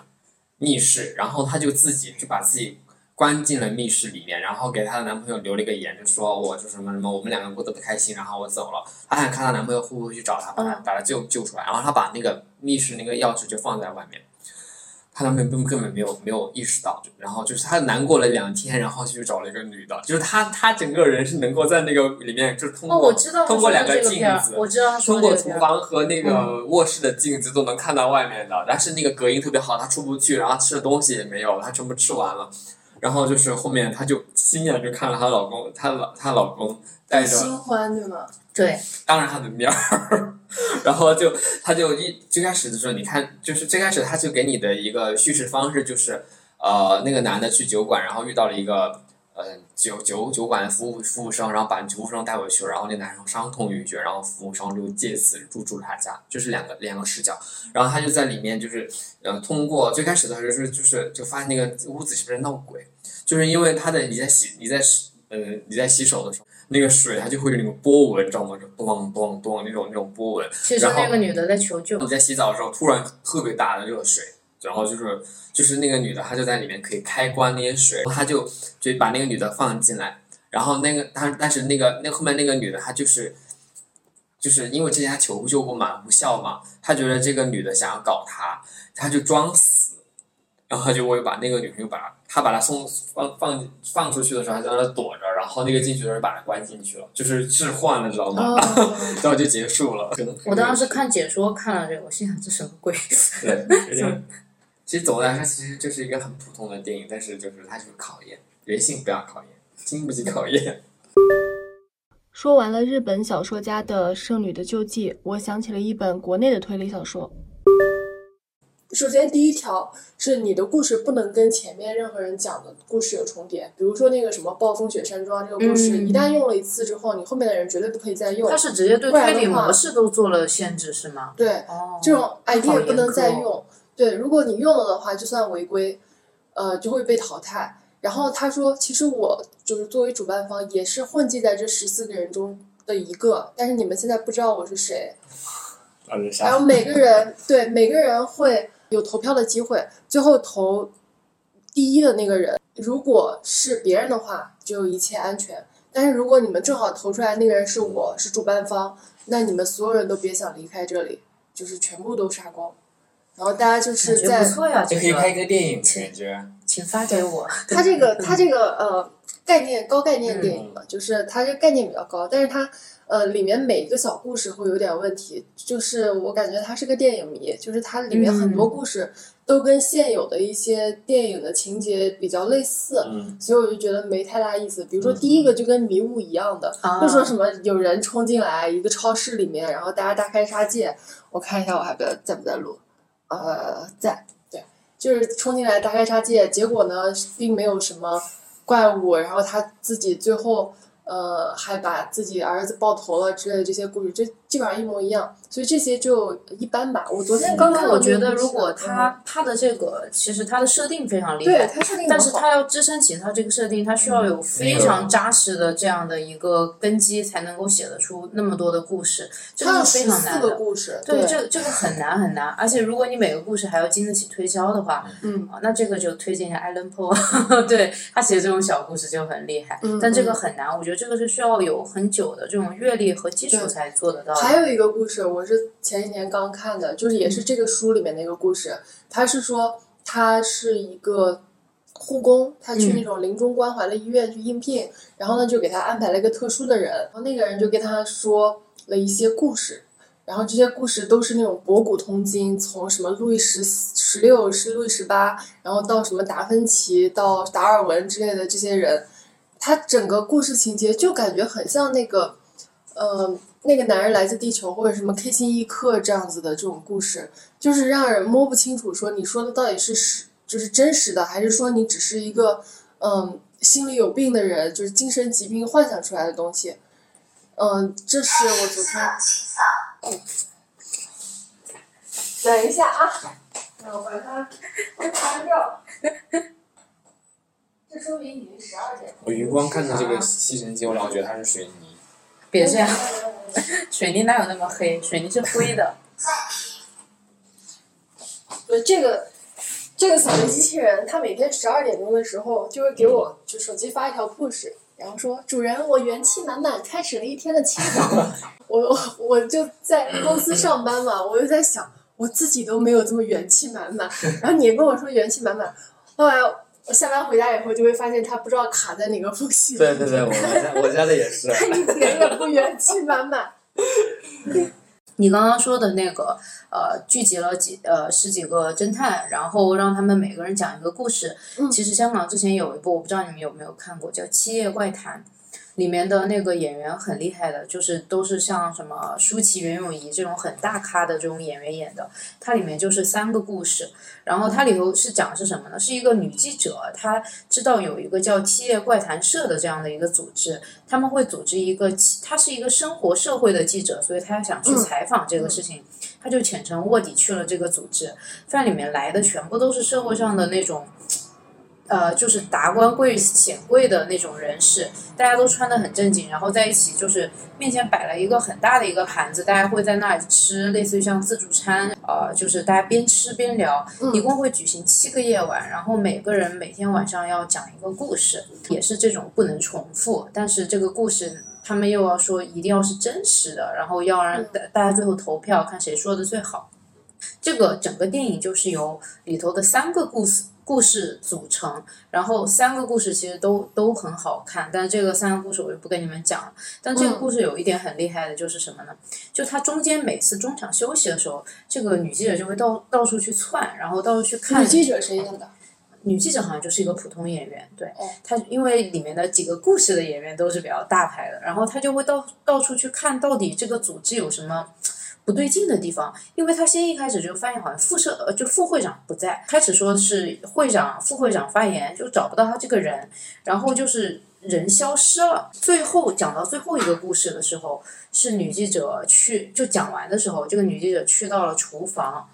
Speaker 4: 密室，然后她就自己就把自己关进了密室里面，然后给她的男朋友留了一个言，就说我就什么什么，我们两个过得不开心，然后我走了。她想看她男朋友会不会去找她，把
Speaker 6: 嗯
Speaker 4: 她把她救救出来。然后她把那个密室那个钥匙就放在外面，她男朋友根本根本没有没有意识到，就然后就是她难过了两天，然后就去找了一个女的，就是她她整个人是能够在那个里面就是通过、
Speaker 6: 哦，我知道他
Speaker 4: 通过
Speaker 6: 说
Speaker 4: 两
Speaker 6: 的这个
Speaker 4: 镜
Speaker 6: 片儿
Speaker 4: 子，，
Speaker 6: 我知道他说
Speaker 4: 通
Speaker 6: 的
Speaker 4: 过
Speaker 6: 这个
Speaker 4: 厨
Speaker 6: 片儿。嗯
Speaker 4: 房和那个卧室的镜子都能看到外面的，但是那个隔音特别好，他出不去，然后吃的东西也没有，他全部吃完了。然后就是后面，她就亲眼就看了她老公，她老她老公带着
Speaker 5: 新欢对吗？
Speaker 6: 对，
Speaker 4: 当着她的面儿， 然后就她就一最开始的时候，你看，就是最开始她就给你的一个叙事方式就是，呃，那个男的去酒馆，然后遇到了一个呃酒酒酒馆的服务服务生，然后把服务生带回去，然后那男生伤痛欲绝，然后服务生就借此入住他家，就是两个两个视角，然后她就在里面就是，呃，通过最开始的时候就是就是就发现那个屋子是不是闹鬼，就是因为她的你在洗你在洗呃你在洗手的时候。那个水它就会有那种波纹，你知道吗？就咚咚咚那种那种波纹。
Speaker 6: 其实
Speaker 4: 然后
Speaker 6: 那个女的在求救
Speaker 5: 嗯
Speaker 4: 你，在洗澡的时候，突然特别大的热水，然后就是就是那个女的，她就在里面可以开关那些水，她就就把那个女的放进来，然后那个但但是那个那后面那个女的她就是就是因为之前她求救过嘛，无效嘛，她觉得这个女的想要搞她，她就装死。然后她就我就把那个女生就把她她把她送放放放出去的时候，她就让她躲着，然后那个进去的人把她关进去了，就是置换了，知
Speaker 6: 嗯
Speaker 4: 道吗？
Speaker 5: 哦，
Speaker 4: 然后就结束了。可能
Speaker 6: 我当时看解说看了这个，我心想这什么鬼？
Speaker 4: 对，有 点其实总的来说，其实就是一个很普通的电影，但是就是它就是考验人性，不要考验，经不起考验。
Speaker 3: 说完了日本小说家的《剩女的救济》，我想起了一本国内的推理小说，
Speaker 5: 首先第一条是你的故事不能跟前面任何人讲的故事有重叠，比如说那个什么暴风雪山庄这个故事，
Speaker 6: 嗯
Speaker 5: 一旦用了一次之后，你后面的人绝对不可以再用
Speaker 6: 他。是直接对
Speaker 5: 不然
Speaker 6: 推
Speaker 5: 的
Speaker 6: 理
Speaker 5: 话
Speaker 6: 模式都做了限制是吗？
Speaker 5: 对，
Speaker 6: 哦，
Speaker 5: 这种
Speaker 6: 好
Speaker 5: idea
Speaker 6: 严
Speaker 5: 不能再
Speaker 6: 苛哦
Speaker 5: 用。对，如果你用了的话，就算违规，呃，就会被淘汰。然后他说，其实我就是作为主办方，也是混迹在这十四个人中的一个，但是你们现在不知道我是谁。
Speaker 4: 啊，人
Speaker 5: 然后每个人对每个人会有投票的机会，最后投第一的那个人，如果是别人的话，就一切安全。但是如果你们正好投出来那个人是我，是主办方，那你们所有人都别想离开这里，就是全部都杀光。然后大家就
Speaker 6: 感
Speaker 5: 是
Speaker 6: 觉不
Speaker 5: 在
Speaker 6: 错呀，这
Speaker 4: 就可以拍一
Speaker 6: 个
Speaker 4: 个电影，感觉
Speaker 6: 请发给我。
Speaker 5: 他这个他这个呃概念高概念电影嘛，就是它这个概念比较高，但是它呃里面每一个小故事会有点问题，就是我感觉它是个电影迷，就是它里面很多故事都跟现有的一些电影的情节比较类似。
Speaker 4: 嗯，
Speaker 5: 所以我就觉得没太大意思。比如说第一个就跟迷雾一样的，
Speaker 6: 啊
Speaker 5: 就说什么有人冲进来一个超市里面，然后大家大开杀戒。我看一下我还不要在不在录，呃，在，对，就是冲进来大开杀戒，结果呢并没有什么怪物，然后他自己最后呃还把自己儿子爆头了之类的这些故事，就基本上一模一样，所以这些就一般吧。我昨天
Speaker 6: 嗯刚
Speaker 5: 看
Speaker 6: 刚
Speaker 5: 了
Speaker 6: 我
Speaker 5: 那
Speaker 6: 觉
Speaker 5: 个
Speaker 6: 得，
Speaker 5: 故
Speaker 6: 如
Speaker 5: 事
Speaker 6: 果
Speaker 5: 嗯
Speaker 6: 他他的这个，其实他的设定非常厉
Speaker 5: 对
Speaker 6: 害，
Speaker 5: 他设定
Speaker 6: 但
Speaker 5: 很
Speaker 6: 是
Speaker 5: 好嗯
Speaker 6: 他要支撑起他这个设定，他需要有非常扎实的这样的一个根基，才能够写得出那么多的故事，这
Speaker 5: 他
Speaker 6: 个
Speaker 5: 有
Speaker 6: 是非
Speaker 5: 十
Speaker 6: 常
Speaker 5: 四
Speaker 6: 难
Speaker 5: 个
Speaker 6: 的。
Speaker 5: 故事，
Speaker 6: 对，这这个很难很难，而且如果你每个故事还要经得起推销的话，
Speaker 5: 嗯
Speaker 6: 啊，那
Speaker 5: 嗯
Speaker 6: 这个就推荐一下 Alan Poe，对他写这种小故事就很厉害，但这个很难，我觉得得这个是需要有很久的这种阅历和基础
Speaker 5: 对
Speaker 6: 才做得到的。
Speaker 5: 还有一个故事，我是前几天刚看的，就是也是这个书里面的一个故事。他是说，他是一个护工，他去那种临终关怀的医院去应聘，然后呢就给他安排了一个特殊的人，然后那个人就跟他说了一些故事，然后这些故事都是那种博古通今，从什么路易十十六、是路易十八，然后到什么达芬奇、到达尔文之类的这些人，他整个故事情节就感觉很像那个。呃，那个男人来自地球或者什么 K 心一刻这样子的这种故事，就是让人摸不清楚，说你说的到底是实，就是真实的，还是说你只是一个嗯心里有病的人，就是精神疾病幻想出来的东西。嗯，这是我昨天。等一下啊，我把它擦掉。这说明已经十二点了。
Speaker 4: 我余光看着这个吸尘机，我老觉得它是水泥。
Speaker 6: 别
Speaker 5: 嗯
Speaker 6: 这样， 水泥哪有那么黑？水泥是灰的。
Speaker 5: 对这个这个扫地机器人，它每天十二点钟的时候就会给
Speaker 6: 嗯
Speaker 5: 我就手机发一条 push，然后说主人我元气满满，开始了一天的清 扫。我我我就在公司上班嘛，我就在想我自己都没有这么元气满满，然后你跟我说元气满满，后来我下班回家以后就会发现它不知道卡在哪个缝隙，
Speaker 4: 对对对，我我 家我家的也是。
Speaker 5: 一点也不元气满满。
Speaker 6: 你刚刚说的那个，呃，聚集了几呃十几个侦探，然后让他们每个人讲一个故事。
Speaker 5: 嗯
Speaker 6: 其实香港之前有一部，我不知道你们有没有看过，叫《七夜怪谈》，里面的那个演员很厉害的，就是都是像什么舒淇、袁咏仪这种很大咖的这种演员演的。它里面就是三个故事，然后它里头是讲的是什么呢？是一个女记者，她知道有一个叫“七夜怪谈社”的这样的一个组织，他们会组织一个，她是一个生活社会的记者，所以她想去采访这个事情，她就潜程卧底去了这个组织，饭里面来的全部都是社会上的那种。呃，就是达官贵显贵的那种人士，大家都穿的很正经，然后在一起就是面前摆了一个很大的一个盘子，大家会在那里吃，类似于像自助餐，呃，就是大家边吃边聊，一共会举行七个夜晚，然后每个人每天晚上要讲一个故事，也是这种不能重复，但是这个故事他们又要说一定要是真实的，然后要让大大家最后投票看谁说的最好。这个整个电影就是由里头的三个故事故事组成，然后三个故事其实都都很好看，但是这个三个故事我就不跟你们讲了。但这个故事有一点很厉害的就是什么呢？就它中间每次中场休息的时候，这个女记者就会到到处去窜，然后到处去看
Speaker 5: 女记者谁演的？
Speaker 6: 女记者好像就是一个普通演员，对
Speaker 5: 哦，
Speaker 6: 她因为里面的几个故事的演员都是比较大牌的，然后她就会到到处去看到底这个组织有什么。不对劲的地方，因为她先一开始就发现好像副社呃就副会长不在，开始说是会长副会长发言，就找不到他这个人，然后就是人消失了。最后讲到最后一个故事的时候，是女记者去就讲完的时候，这个女记者去到了厨房，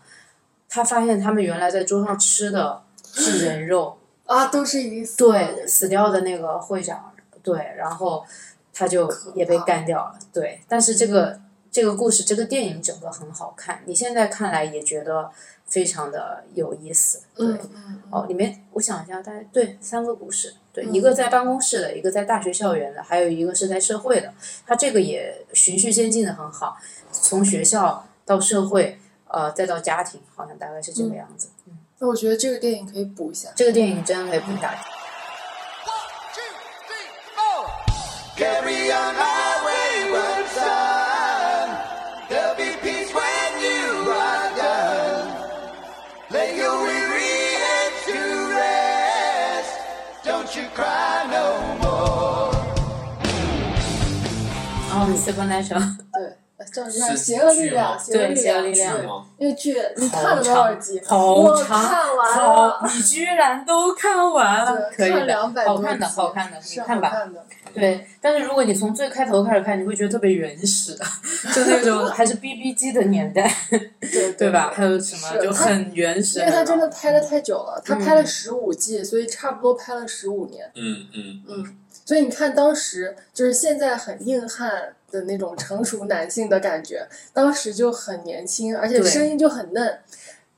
Speaker 6: 她发现他们原来在桌上吃的是人肉，
Speaker 5: 啊，都是已经
Speaker 6: 对，死掉的那个会长，对，然后他就也被干掉了，对。但是这个这个故事，这个电影整个很好看，你现在看来也觉得非常的有意思，对。
Speaker 5: 嗯嗯
Speaker 6: 哦，里面我想一下，大概对三个故事，对，一个在办公室的，一个在大学校园的，还有一个是在社会的。它这个也循序渐进的很好，从学校到社会，呃，再到家庭，好像大概是这个样子。
Speaker 5: 那我觉得这个电影可以补一下。
Speaker 6: 这个电影真的可以不打。
Speaker 2: Carry on my wayward son. There'll be peace when you are done. Lay your weary head to rest. Don't you cry no more.
Speaker 6: 哦，Supernatural，
Speaker 5: 对，呃叫什么？
Speaker 4: 是
Speaker 5: 邪恶力
Speaker 4: 剧吗
Speaker 5: 量，邪恶
Speaker 6: 对
Speaker 5: 力
Speaker 6: 邪恶
Speaker 5: 量
Speaker 6: 力量
Speaker 5: 是
Speaker 4: 吗？
Speaker 5: 那个剧你看了多少集？
Speaker 6: 好
Speaker 5: 我
Speaker 6: 长，
Speaker 5: 看完
Speaker 6: 好
Speaker 5: 了，，
Speaker 6: 你居然都看完了，可
Speaker 5: 对，
Speaker 6: 以
Speaker 5: 看了
Speaker 6: 的，
Speaker 5: 两百
Speaker 6: 好
Speaker 5: 多
Speaker 6: 看的，
Speaker 5: 集
Speaker 6: 好看的，你
Speaker 5: 是好
Speaker 6: 看吧。
Speaker 5: 看的。
Speaker 6: 对，但是如果你从最开头开始看，你会觉得特别原始，啊 就 那种还是 BB 机的年代，
Speaker 5: 对
Speaker 6: 对吧？？还有什么
Speaker 5: 是
Speaker 6: 就很原始
Speaker 5: 因
Speaker 6: 很
Speaker 5: 为
Speaker 6: 老，
Speaker 5: 他真的拍了太久了，他
Speaker 6: 嗯
Speaker 5: 拍了十五季，所以差不多拍了十五年。
Speaker 4: 嗯嗯，
Speaker 5: 所以你看，当时就是现在很硬汉的那种成熟男性的感觉，当时就很年轻，而且
Speaker 6: 对
Speaker 5: 声音就很嫩。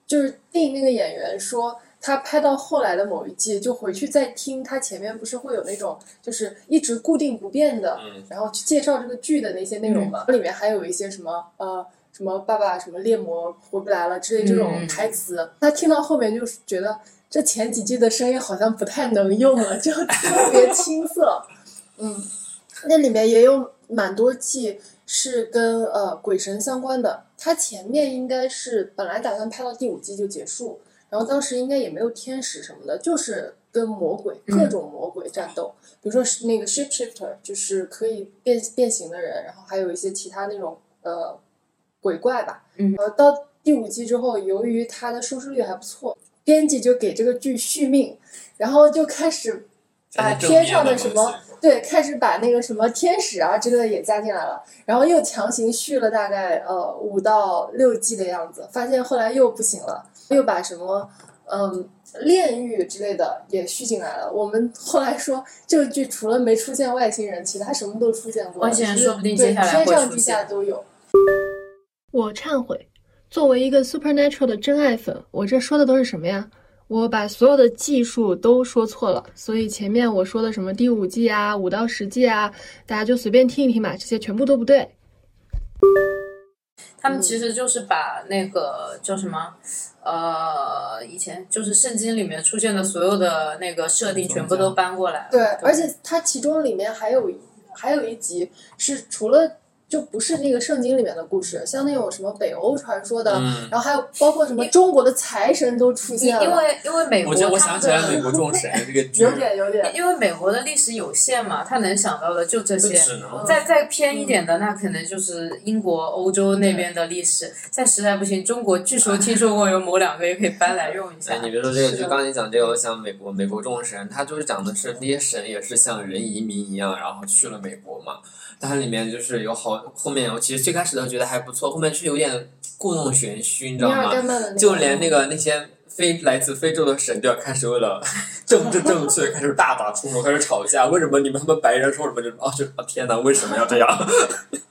Speaker 5: 就是电影那个演员说，他拍到后来的某一季，就回去再听他前面不是会有那种就是一直固定不变的，
Speaker 4: 嗯
Speaker 5: 然后去介绍这个剧的那些内
Speaker 6: 嗯
Speaker 5: 容嘛，里面还有一些什么呃什么爸爸什么猎魔回不来了之类这种
Speaker 6: 嗯
Speaker 5: 台词，他听到后面就是觉得这前几句的声音好像不太能用了，就特 别青涩。嗯，那里面也有蛮多季是跟呃鬼神相关的，它前面应该是本来打算拍到第五季就结束，然后当时应该也没有天使什么的，就是跟魔鬼
Speaker 6: 嗯
Speaker 5: 各种魔鬼战斗，比如说是那个 shapeshifter，就是可以变变形的人，然后还有一些其他那种呃鬼怪吧。
Speaker 6: 嗯
Speaker 5: 呃，到第五季之后，由于它的收视率还不错，编辑就给这个剧续命，然后就开始把
Speaker 4: 这是正
Speaker 5: 天
Speaker 4: 面
Speaker 5: 上的
Speaker 4: 的
Speaker 5: 什
Speaker 4: 东
Speaker 5: 么
Speaker 4: 西
Speaker 5: 对，开始把那个什么天使啊之类的也加进来了，然后又强行续了大概呃五到六季的样子，发现后来又不行了，又把什么嗯炼狱之类的也续进来了。我们后来说这个剧除了没出现外星人，其他什么都出现过了，
Speaker 6: 外星人
Speaker 5: 就是
Speaker 6: 说不定
Speaker 5: 对
Speaker 6: 接下来
Speaker 5: 天
Speaker 6: 会
Speaker 5: 上
Speaker 6: 出
Speaker 5: 地下
Speaker 6: 现
Speaker 5: 都有。
Speaker 3: 我忏悔，作为一个 Supernatural 的真爱粉，我这说的都是什么呀？我把所有的技术都说错了，所以前面我说的什么第五季啊、五到十季啊，大家就随便听一听吧，这些全部都不对。
Speaker 5: 嗯
Speaker 6: 他们其实就是把那个叫什么，呃，以前就是圣经里面出现的所有的那个设定全部都搬过来了。
Speaker 5: 对，而且它其中里面还有一还有一集是除了就不是那个圣经里面的故事，像那种什么北欧传说的，
Speaker 4: 嗯
Speaker 5: 然后还有包括什么中国的财神都出
Speaker 6: 因
Speaker 5: 现了，
Speaker 6: 因为因为美国
Speaker 4: 我觉得我
Speaker 6: 他
Speaker 4: 想
Speaker 6: 们
Speaker 4: 起来《
Speaker 6: 的
Speaker 4: 美国众神》这个剧
Speaker 5: 呃有，点有点，
Speaker 6: 因为美国的历史有限嘛，他能想到的就这
Speaker 4: 就
Speaker 6: 些。
Speaker 4: 只
Speaker 5: 嗯
Speaker 4: 能
Speaker 6: 再再偏一点的，那可能就是英国、欧洲那边的历史。再实在不行，中国据说听说过有某两个也可以搬来用一下
Speaker 4: 哎，。你别说这个
Speaker 5: 是
Speaker 4: 剧，
Speaker 5: 的
Speaker 4: 刚才你讲这个，我想美国美国众神，它就是讲的是那些神也是像人移民一样，然后去了美国嘛。但它里面就是有好后面，我其实最开始都觉得还不错，后面是有点故弄玄虚，你知
Speaker 5: 米
Speaker 4: 道
Speaker 5: 尔盖
Speaker 4: 吗？
Speaker 5: 曼的那个，
Speaker 4: 就连那个那些非来自非洲的神都要开始为了 政治正确开始大打出手，开始吵架。为什么你们他们白人说什么就哦就啊天哪，为什么要这样？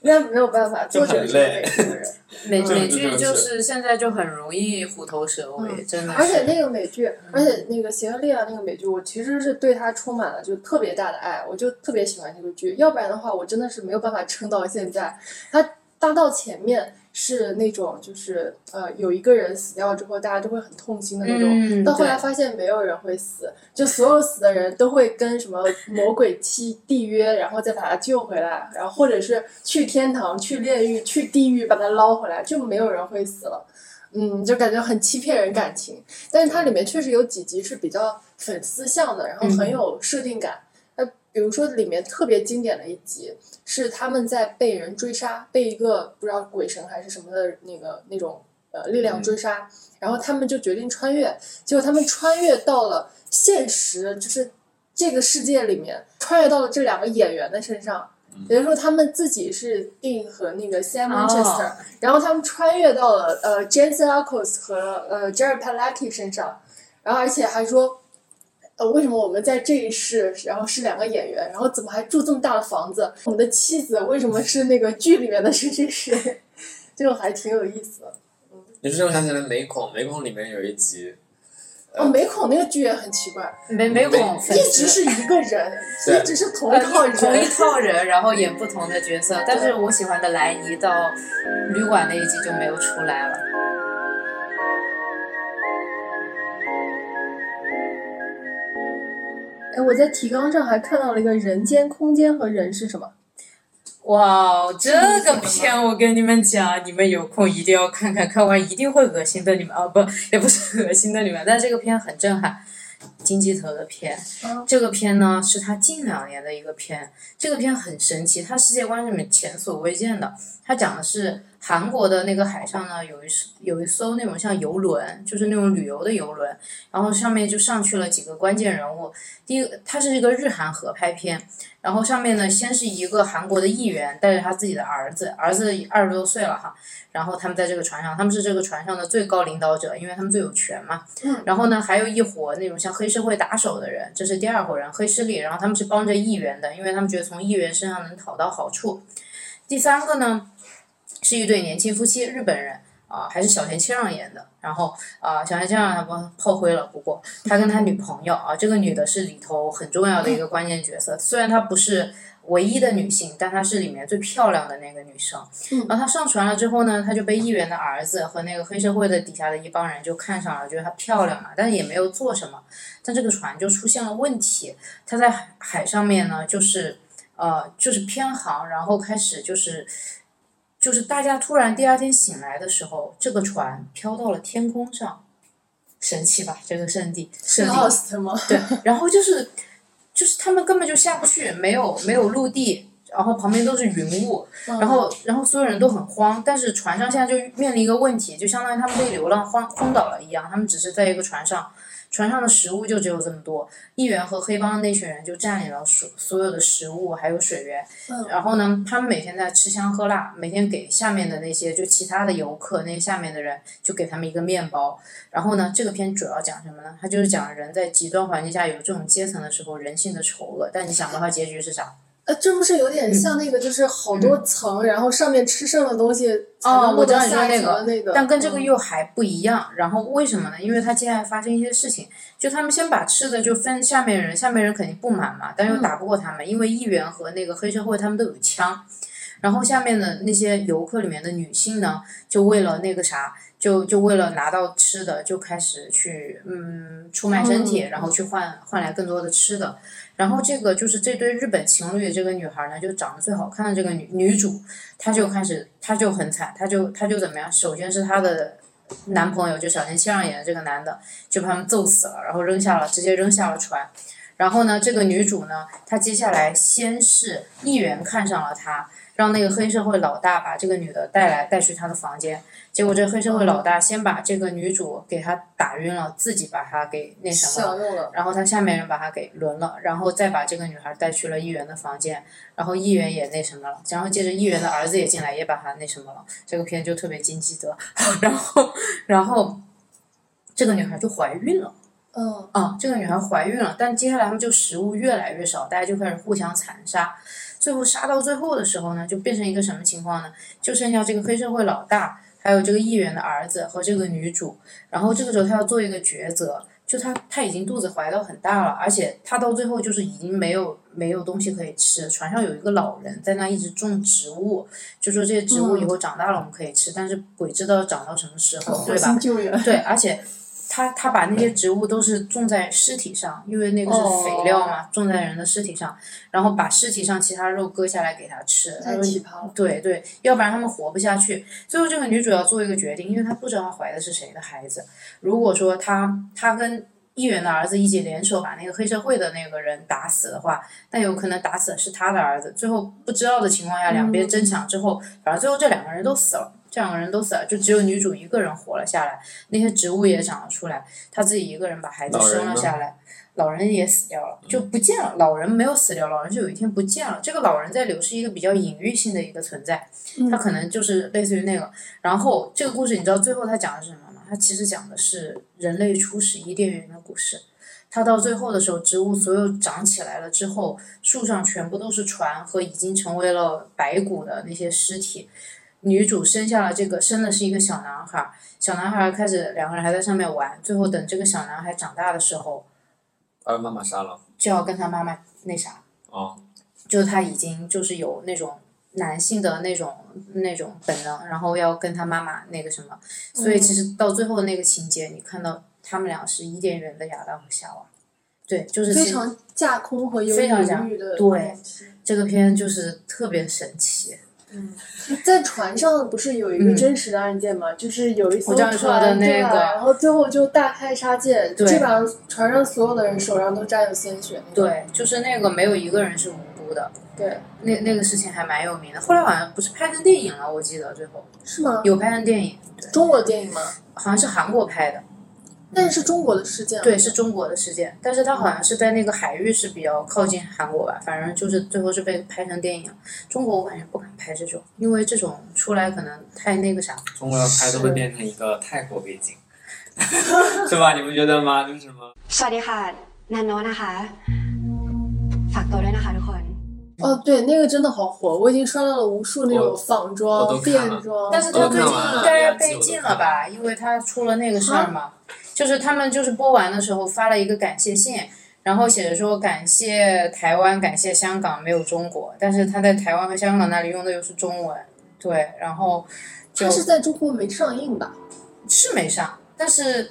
Speaker 5: 那没有办法，
Speaker 4: 就
Speaker 5: 作者
Speaker 4: 很
Speaker 5: 是
Speaker 4: 累
Speaker 5: 美国 人，
Speaker 6: 美
Speaker 4: 对对
Speaker 6: 美剧
Speaker 4: 对
Speaker 6: 就是现在就很容易虎头蛇尾，真的
Speaker 5: 嗯
Speaker 6: 是。
Speaker 5: 而且那个美剧，而且那个《邪恶力量》那个美剧，我其实是对它充满了就特别大的爱，我就特别喜欢这个剧。要不然的话，我真的是没有办法撑到现在。它搭到前面是那种就是呃有一个人死掉之后，大家都会很痛心的那种。
Speaker 6: 嗯，
Speaker 5: 到后来
Speaker 6: 对
Speaker 5: 发现没有人会死，就所有死的人都会跟什么魔鬼契缔约，然后再把他救回来，然后或者是去天堂、去炼狱、去地狱把他捞回来，就没有人会死了。嗯，就感觉很欺骗人感情，但是它里面确实有几集是比较粉丝向的，然后
Speaker 6: 嗯
Speaker 5: 很有设定感。那、比如说里面特别经典的一集是他们在被人追杀，被一个不知道鬼神还是什么的那个那种呃力
Speaker 6: 嗯
Speaker 5: 量追杀，然后他们就决定穿越，结果他们穿越到了现实，就是这个世界里面，穿越到了这两个演员的身上。也就是说，他们自己是 Dean 和那个 Sam Winchester，、
Speaker 6: 哦
Speaker 5: 然后他们穿越到了呃 Jensen Ackles 和呃 Jared Padalecki 身上，然后而且还说，呃，为什么我们在这一世，然后是两个演员，然后怎么还住这么大的房子？我们的妻子为什么是那个剧里面的谁谁谁？ 这种还挺有意思的。
Speaker 4: 你是让我想起来美恐，美恐里面有一集，
Speaker 5: 哦，美恐那个剧也很奇怪，
Speaker 6: 美美恐粉
Speaker 5: 一
Speaker 6: 丝
Speaker 5: 直是一个 人，
Speaker 4: 对
Speaker 5: 一直是同
Speaker 6: 呃
Speaker 5: 一套
Speaker 6: 同一
Speaker 5: 人。
Speaker 6: 套人，然后演不同的角色。但是我喜欢的莱尼到旅馆那一集就没有出来了。
Speaker 5: 哎，我在提纲上还看到了一个人间、空间和人是什么？
Speaker 6: 哇，这个片我跟你们讲，你们有空一定要看看，看完一定会恶心的你们啊！不，也不是恶心的你们，但这个片很震撼。金鸡头的片，
Speaker 5: 嗯
Speaker 6: 这个片呢是他近两年的一个片，这个片很神奇，它世界观里面前所未见的。它讲的是韩国的那个海上呢，有一有一艘那种像游轮，就是那种旅游的游轮，然后上面就上去了几个关键人物。第一个，它是一个日韩合拍片，然后上面呢，先是一个韩国的议员带着他自己的儿子，儿子二十多岁了哈，然后他们在这个船上，他们是这个船上的最高领导者，因为他们最有权嘛。
Speaker 5: 嗯。
Speaker 6: 然后呢，还有一伙那种像黑社会打手的人，这是第二伙人，黑势力，然后他们是帮着议员的，因为他们觉得从议员身上能讨到好处。第三个呢，是一对年轻夫妻，日本人。啊、还是小田切让演的。然后啊、小田切让他不炮灰了，不过他跟他女朋友啊，这个女的是里头很重要的一个关键角色，虽然她不是。唯一的女性，但她是里面最漂亮的那个女生。
Speaker 5: 嗯
Speaker 6: 然后她上船了之后呢，她就被议员的儿子和那个黑社会的底下的一帮人就看上了，觉得她漂亮嘛，但是也没有做什么。但这个船就出现了问题，她在海海上面呢，就是呃，就是偏航，然后开始就是就是大家突然第二天醒来的时候，这个船飘到了天空上，神奇吧？这个圣地，圣地
Speaker 5: Lost 吗？
Speaker 6: 对，然后就是就是他们根本就下不去，没有没有陆地，然后旁边都是云雾，
Speaker 5: 嗯
Speaker 6: 然后然后所有人都很慌，但是船上现在就面临一个问题，就相当于他们被流浪荒荒岛了一样，他们只是在一个船上。船上的食物就只有这么多，议员和黑帮那群人就占领了所所有的食物，还有水源。
Speaker 5: 嗯
Speaker 6: 然后呢，他们每天在吃香喝辣，每天给下面的那些就其他的游客，那下面的人就给他们一个面包。然后呢，这个片主要讲什么呢？它就是讲人在极端环境下有这种阶层的时候，人性的丑恶。但你想不到结局是啥？
Speaker 5: 呃，这不是有
Speaker 6: 嗯
Speaker 5: 点像那个，就是好多层，然后上面吃剩的东西才
Speaker 6: 哦
Speaker 5: 能
Speaker 6: 我
Speaker 5: 落
Speaker 6: 知道
Speaker 5: 到
Speaker 6: 你说
Speaker 5: 下一
Speaker 6: 那
Speaker 5: 层的
Speaker 6: 个
Speaker 5: 那个，
Speaker 6: 但跟这个
Speaker 5: 嗯
Speaker 6: 又还不一样。然后为什么呢？因为他接下来发生一些事情，就他们先把吃的就分下面人，下面人肯定不满嘛，
Speaker 5: 嗯
Speaker 6: 但又打不过他们，因为议员和那个黑社会他们都有枪。然后下面的那些游客里面的女性呢，就为了那个啥，就就为了拿到吃的，就开始去嗯出卖身体，然后去换换来更多的吃的。然后这个就是这对日本情侣，这个女孩呢，就长得最好看的这个女女主，她就开始，她就很惨，她就她就怎么样？首先是她的男朋友，就小田切让演的这个男的，就把他们揍死了，然后扔下了，直接扔下了船。然后呢，这个女主呢，她接下来先是议员看上了她，让那个黑社会老大把这个女的带来带去她的房间。结果这黑社会老大先把这个女主给她打晕了，自己把她给那什么了
Speaker 5: 享，用了，
Speaker 6: 然后他下面人把他给轮了，然后再把这个女孩带去了议员的房间，然后议员也那什么了，然后接着议员的儿子也进来，也把他那什么了，这个片就特别金基德， 然后然后这个女孩就怀孕了。
Speaker 5: 嗯，
Speaker 6: 啊，这个女孩怀孕了，但接下来他们就食物越来越少，大家就开始互相残杀，最后杀到最后的时候呢，就变成一个什么情况呢？就剩下这个黑社会老大，还有这个议员的儿子和这个女主，然后这个时候他要做一个抉择，就他他已经肚子怀到很大了，而且他到最后就是已经没有没有东西可以吃，船上有一个老人在那一直种植物，就说这些植物以后长大了我们可以吃，但是鬼知道长到什么时
Speaker 5: 哦
Speaker 6: 候，对吧？嗯
Speaker 5: 救援，
Speaker 6: 对，而且他他把那些植物都是种在尸体上，因为那个是肥料嘛，种在人的尸体上，然后把尸体上其他肉割下来给他吃。他
Speaker 5: 太
Speaker 6: 说
Speaker 5: 奇葩了。
Speaker 6: 对对，要不然他们活不下去。最后这个女主要做一个决定，因为她不知道她怀的是谁的孩子。如果说她她跟议员的儿子一起联手把那个黑社会的那个人打死的话，那有可能打死的是她的儿子。最后不知道的情况下，两边争抢之后，反正最后这两个人都死了。这两个人都死了，就只有女主一个人活了下来。那些植物也长了出来，她自己一个人把孩子
Speaker 4: 老人
Speaker 6: 生了
Speaker 4: 呢嗯
Speaker 6: 下来。老人也死掉了，就不见了。老人没有死掉，老人是有一天不见了。这个老人在流是一个比较隐喻性的一个存在，他可能就是类似于那个。然后这个故事你知道最后他讲的是什么吗？他其实讲的是人类初始伊甸园的故事。他到最后的时候，植物所有长起来了之后，树上全部都是船和已经成为了白骨的那些尸体。女主生下了这个，生的是一个小男孩，小男孩开始两个人还在上面玩，最后等这个小男孩长大的时候，
Speaker 4: 把呃妈妈杀了。
Speaker 6: 就要跟他妈妈那啥，
Speaker 4: 哦，
Speaker 6: 就是他已经就是有那种男性的那种那种本能，然后要跟他妈妈那个什么，所以
Speaker 5: 嗯
Speaker 6: 其实到最后那个情节，你看到他们俩是伊甸园的亚当和夏娃，对，就是
Speaker 5: 非
Speaker 6: 其实
Speaker 5: 常架空和有
Speaker 6: 非常
Speaker 5: 隐喻的
Speaker 6: 架对
Speaker 5: 东西。
Speaker 6: 这个片就是特别神奇，
Speaker 5: 嗯在船上不是有一个
Speaker 6: 嗯
Speaker 5: 真实的案件吗？就是有一艘
Speaker 6: 我知道你
Speaker 5: 船
Speaker 6: 说的那
Speaker 5: 对吧
Speaker 6: 个
Speaker 5: 然后最后就大开杀戒，
Speaker 6: 对
Speaker 5: 基本上船上所有的人手上都沾有鲜血。那种，
Speaker 6: 对，就是那个没有一个人是无辜的，
Speaker 5: 对，
Speaker 6: 那那个事情还蛮有名的，后来好像不是拍成电影了，我记得最后
Speaker 5: 是吗？
Speaker 6: 有拍成电影，对，
Speaker 5: 中国电影吗？
Speaker 6: 好像是韩国拍的。
Speaker 5: 但是中国的事件，
Speaker 6: 对，是中国的事件，但是它好像是在那个海域是比较靠近韩国吧，反正就是最后是被拍成电影了。中国我感觉不敢拍这种，因为这种出来可能太那个啥。
Speaker 4: 中国要拍都会变成一个泰国背景， 是吧？你不觉得吗？就是什么
Speaker 1: สวัสดีค่ะ นันโนนะคะ ฝากตัวด้วยนะคะทุกคน
Speaker 5: 哦，对，那个真的好火，我已经刷到了无数那种仿
Speaker 4: 我都
Speaker 5: 妆、
Speaker 4: 看了
Speaker 5: 变装，
Speaker 6: 但是
Speaker 4: 我
Speaker 6: 他
Speaker 4: 都
Speaker 6: 最
Speaker 4: 看
Speaker 6: 近
Speaker 4: 哦完
Speaker 6: 应
Speaker 4: 了
Speaker 6: 该
Speaker 4: 两季
Speaker 6: 被
Speaker 4: 我都
Speaker 6: 禁
Speaker 4: 看
Speaker 6: 了吧？因为他出了那个事儿嘛，就是他们就是播完的时候发了一个感谢信，然后写着说感谢台湾，感谢香港，没有中国，但是他在台湾和香港那里用的又是中文，对，然后就
Speaker 5: 它是在中国没上映吧？
Speaker 6: 是没上，但是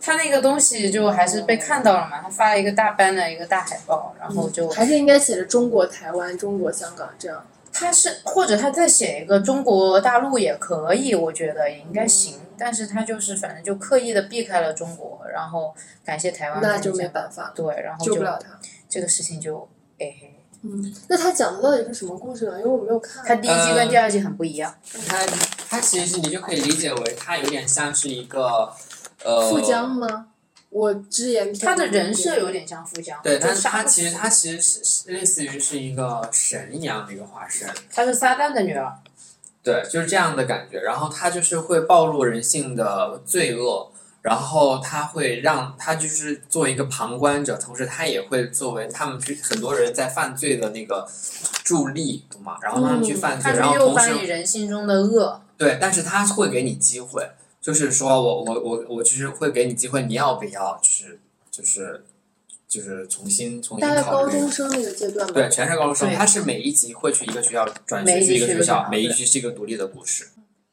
Speaker 6: 他那个东西就还是被看到了嘛，他发了一个大班的一个大海报，然后就
Speaker 5: 还是应该写着中国台湾、中国香港这样。
Speaker 6: 他是或者他再写一个中国大陆也可以，我觉得也应该行。
Speaker 5: 嗯
Speaker 6: 但是他就是反正就刻意的避开了中国，然后感谢台湾，
Speaker 5: 那就没办法了，
Speaker 6: 对，然后
Speaker 5: 救
Speaker 6: 就
Speaker 5: 不了他。
Speaker 6: 这个事情就哎嘿。
Speaker 5: 嗯，那他讲的到底是什么故事呢？因为我没有看。
Speaker 6: 他第一季
Speaker 4: 呃
Speaker 6: 跟第二季很不一样，
Speaker 4: 它它其实你就可以理解为它有点像是一个呃
Speaker 5: 富江吗？我只言片
Speaker 6: 他
Speaker 5: 语
Speaker 6: 的人设有点像富江，
Speaker 4: 对，
Speaker 6: 就
Speaker 4: 但
Speaker 6: 是
Speaker 4: 它其实它其实是是类似于是一个神一样的一个化身，
Speaker 6: 他是撒旦的女儿，
Speaker 4: 对，就是这样的感觉。然后它就是会暴露人性的罪恶，然后它会让它就是做一个旁观者，同时它也会作为他们去很多人在犯罪的那个助力，懂吗？然后让他们去犯罪，
Speaker 6: 嗯他是
Speaker 4: 然后
Speaker 6: 又
Speaker 4: 同
Speaker 6: 翻
Speaker 4: 时
Speaker 6: 译人性中的恶，
Speaker 4: 对，但是他会给你机会，就是说我我我我就是会给你机会，你要不要就是就是就是重新重新
Speaker 5: 大概
Speaker 4: 考
Speaker 5: 高
Speaker 4: 虑。
Speaker 5: 中生那个阶段吧。
Speaker 4: 对，全是高中生，
Speaker 6: 对
Speaker 4: 他是每一集会去一个学校转
Speaker 6: 每
Speaker 4: 学去一
Speaker 6: 一集
Speaker 4: 个
Speaker 6: 去
Speaker 4: 学
Speaker 6: 一个学
Speaker 4: 校
Speaker 6: 校，
Speaker 4: 每一
Speaker 6: 对
Speaker 4: 集是一个独立的故事。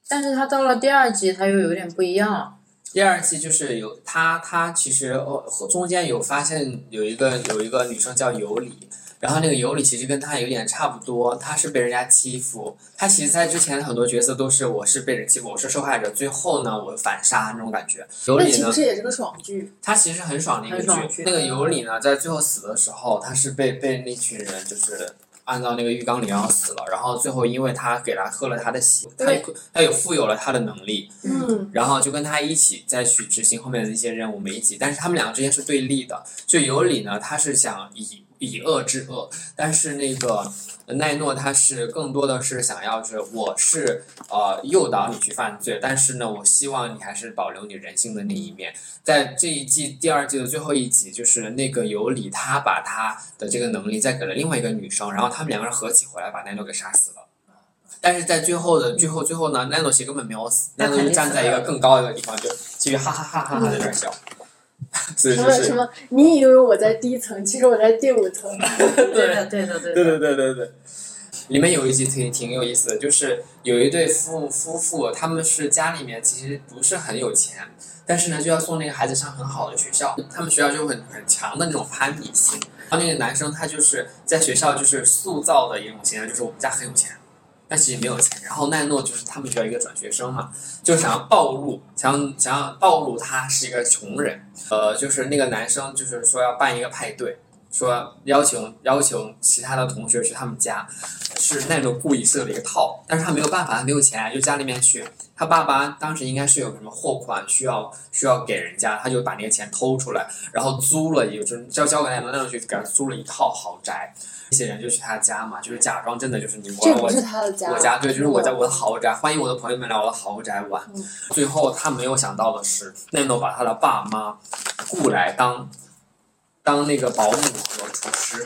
Speaker 6: 但是他到了第二季他又有点不一样了，
Speaker 4: 第二季就是有他，他其实哦中间有发现有一个有一个女生叫尤里，然后那个尤里其实跟他有点差不多，他是被人家欺负，他其实在之前很多角色都是我是被人欺负，我是受害者，最后呢我反杀那种感觉。尤
Speaker 5: 那
Speaker 4: 里
Speaker 5: 岂
Speaker 4: 呢
Speaker 5: 不，是也是个爽剧？
Speaker 4: 他其实很爽的一
Speaker 6: 很
Speaker 4: 个
Speaker 6: 爽
Speaker 4: 剧。
Speaker 6: 剧
Speaker 4: 那个尤里呢，在最后死的时候，他是被被那群人就是按照那个浴缸里然后死了，然后最后因为他给他喝了他的血，他
Speaker 5: 对
Speaker 4: 他有富有了他的能力，
Speaker 5: 嗯，
Speaker 4: 然后就跟他一起再去执行后面的一些任务，每一集，但是他们两个之间是对立的。就尤里呢，他是想以以恶制恶，但是那个奈诺他是更多的是想要是我是呃诱导你去犯罪，但是呢，我希望你还是保留你人性的那一面。在这一季第二季的最后一集，就是那个尤里他把他的这个能力再给了另外一个女生，然后他们两个人合起回来把奈诺给杀死了。但是在最后的最后最后呢，奈诺其实根本没有死，奈
Speaker 6: 那
Speaker 4: 诺就
Speaker 6: 肯定
Speaker 4: 站
Speaker 6: 死
Speaker 4: 在一
Speaker 6: 了
Speaker 4: 个更高的一个地方，就继续哈哈哈哈哈在那儿笑。
Speaker 6: 嗯
Speaker 4: 所以
Speaker 5: 什
Speaker 4: 就
Speaker 5: 么什
Speaker 4: 是
Speaker 5: 么？你以为我在第一层，其实我在第五层。
Speaker 6: 对的对的 对
Speaker 4: 对
Speaker 6: 的，
Speaker 4: 对对对对。里面有一集挺挺有意思的，就是有一对夫夫妇，他们是家里面其实不是很有钱，但是呢就要送那个孩子上很好的学校，他们学校就很很强的那种攀比心。然后那个男生他就是在学校就是塑造的一种形象，就是我们家很有钱，但其实没有钱。然后奈诺就是他们学校一个转学生嘛，就想要暴露，想要想要暴露他是一个穷人。呃，就是那个男生就是说要办一个派对，说邀请邀请其他的同学去他们家，是奈诺故意设了一个套，但是他没有办法，他没有钱，就家里面去。他爸爸当时应该是有什么货款需要需要给人家，他就把那个钱偷出来，然后租了一个，就是交交给奈诺，奈诺去给他租了一套豪宅。那些人就去他家嘛，就是假装真的就是你
Speaker 5: 这
Speaker 4: 我
Speaker 5: 不
Speaker 4: 我
Speaker 5: 是他的家，
Speaker 4: 我家对，就是我家我的豪宅，欢迎我的朋友们来我的豪宅玩。
Speaker 5: 嗯
Speaker 4: 最后他没有想到的是，奈诺把他的爸妈雇来当当那个保姆和厨师，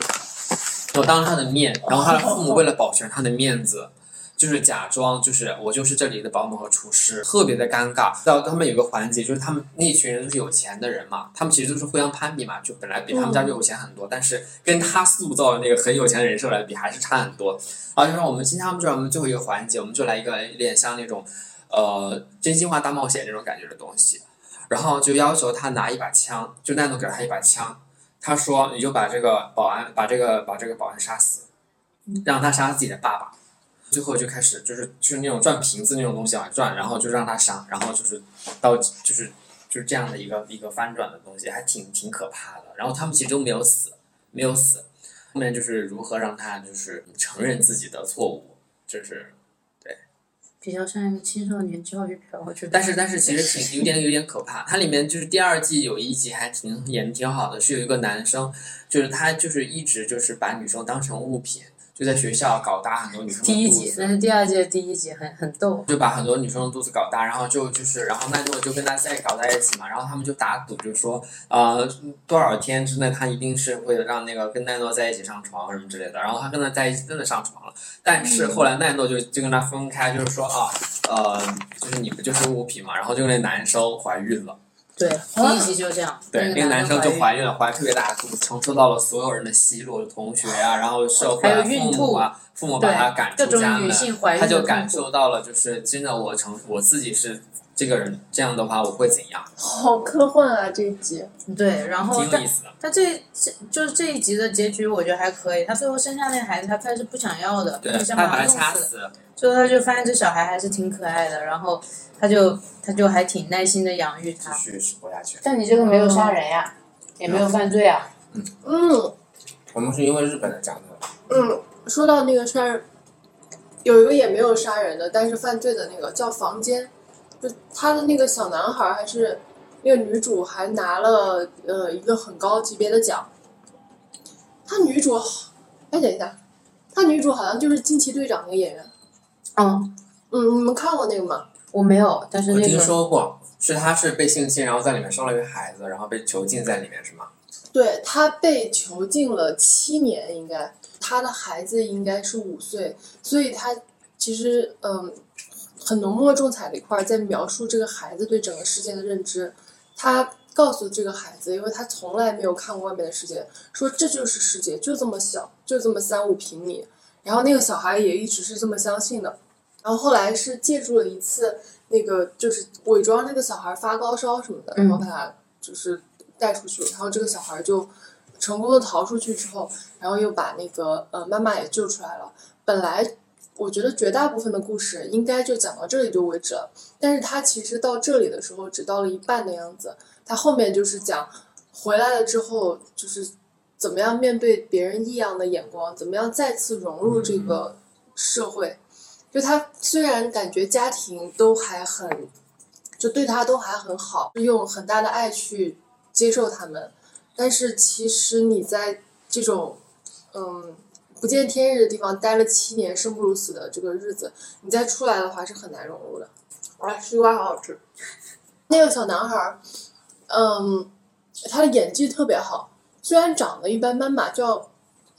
Speaker 4: 我当着他的面，然后他的父母为了保全他的面子。就是假装，就是我就是这里的保姆和厨师，特别的尴尬。到他们有个环节，就是他们那群人都是有钱的人嘛，他们其实都是互相攀比嘛，就本来比他们家就有钱很多，但是跟他塑造的那个很有钱的人设来比，还是差很多。啊，就是我们今天他们就是我们最后一个环节，我们就来一个有点像那种，呃，真心话大冒险那种感觉的东西，然后就要求他拿一把枪，就奈诺给了他一把枪，他说你就把这个保安把这个把这个保安杀死，让他杀自己的爸爸，最后就开始就是就是那种转瓶子那种东西往转，然后就让他杀，然后就是到就是就是这样的一个一个翻转的东西，还挺挺可怕的。然后他们其实都没有死，没有死，后面就是如何让他就是承认自己的错误，就是，
Speaker 6: 比较像一个青少年教育片，我觉得。
Speaker 4: 但是但是其实挺有点有点可怕。它里面就是第二季有一集还挺演的挺好的，是有一个男生，就是他就是一直就是把女生当成物品，就在学校搞大很多女生的
Speaker 6: 第一
Speaker 4: 肚
Speaker 6: 集，
Speaker 4: 子
Speaker 6: 那是第二届第一集，很很逗。
Speaker 4: 就把很多女生的肚子搞大，然后就就是，然后奈诺就跟他在搞在一起嘛，然后他们就打赌，就说呃多少天之内他一定是会让那个跟奈诺在一起上床什么之类的，然后他跟他在一起真的上床了，但是后来奈诺就就跟他分开，就是说啊呃就是你不就是物品嘛，然后就那男生怀孕了，
Speaker 6: 对，第一集就这样。
Speaker 4: 对，那
Speaker 6: 个
Speaker 4: 个男生就
Speaker 6: 怀
Speaker 4: 怀孕了，怀特别大的肚子，承受到了所有人的奚落，同学啊，然后社会
Speaker 6: 还有
Speaker 4: 啊，
Speaker 6: 孕
Speaker 4: 父母啊，父母把他赶
Speaker 6: 各
Speaker 4: 出
Speaker 6: 种
Speaker 4: 家
Speaker 6: 女
Speaker 4: 门。
Speaker 6: 性怀孕
Speaker 4: 他
Speaker 6: 的
Speaker 4: 就
Speaker 6: 痛
Speaker 4: 感
Speaker 6: 苦
Speaker 4: 受到了，就是真的我成我自己是这个人，这样的话我会怎样？
Speaker 5: 好科幻啊这一集，
Speaker 6: 对，然后
Speaker 4: 挺有
Speaker 6: 但
Speaker 4: 意思的。
Speaker 6: 他这这就是这一集的结局，我觉得还可以。他最后生下那孩子，他他是不想要的，
Speaker 4: 对
Speaker 6: 就，想
Speaker 4: 他
Speaker 6: 他
Speaker 4: 把他
Speaker 6: 弄
Speaker 4: 掐
Speaker 6: 死。
Speaker 4: 死，
Speaker 6: 最后他就发现这小孩还是挺可爱的，然后他就他就还挺耐心的养育他。
Speaker 4: 继续活下去。
Speaker 6: 但你这个没有杀人呀、也没有犯罪啊。
Speaker 5: 嗯
Speaker 4: 我们是因为日本的讲的，
Speaker 5: 嗯，说到那个杀人，有一个也没有杀人的，但是犯罪的那个叫房间，就他的那个小男孩还是那个女主还拿了呃一个很高级别的奖，他女主，哎等一下，他女主好像就是惊奇队长那个演员，
Speaker 6: 嗯，
Speaker 5: 嗯，你们看过那个吗？
Speaker 6: 我没有，但是
Speaker 4: 我
Speaker 6: 那
Speaker 4: 听
Speaker 6: 个
Speaker 4: 说过，是他是被性侵，然后在里面生了一个孩子，然后被囚禁在里面，是吗？
Speaker 5: 对他被囚禁了七年，应该他的孩子应该是五岁，所以他其实嗯，很浓墨重彩的一块儿在描述这个孩子对整个世界的认知。他告诉这个孩子，因为他从来没有看过外面的世界，说这就是世界，就这么小，就这么三五平米。然后那个小孩也一直是这么相信的。然后后来是借助了一次那个，就是伪装这个小孩发高烧什么的，然后把他就是带出去，然后这个小孩就成功的逃出去之后，然后又把那个呃妈妈也救出来了。本来我觉得绝大部分的故事应该就讲到这里就为止了，但是他其实到这里的时候只到了一半的样子，他后面就是讲回来了之后就是怎么样面对别人异样的眼光，怎么样再次融入这个社会。就他虽然感觉家庭都还很，就对他都还很好，用很大的爱去接受他们，但是其实你在这种嗯不见天日的地方待了七年生不如死的这个日子，你再出来的话是很难融入的。哇，啊西瓜好好吃。那个小男孩儿，嗯，他的演技特别好，虽然长得一般般吧，叫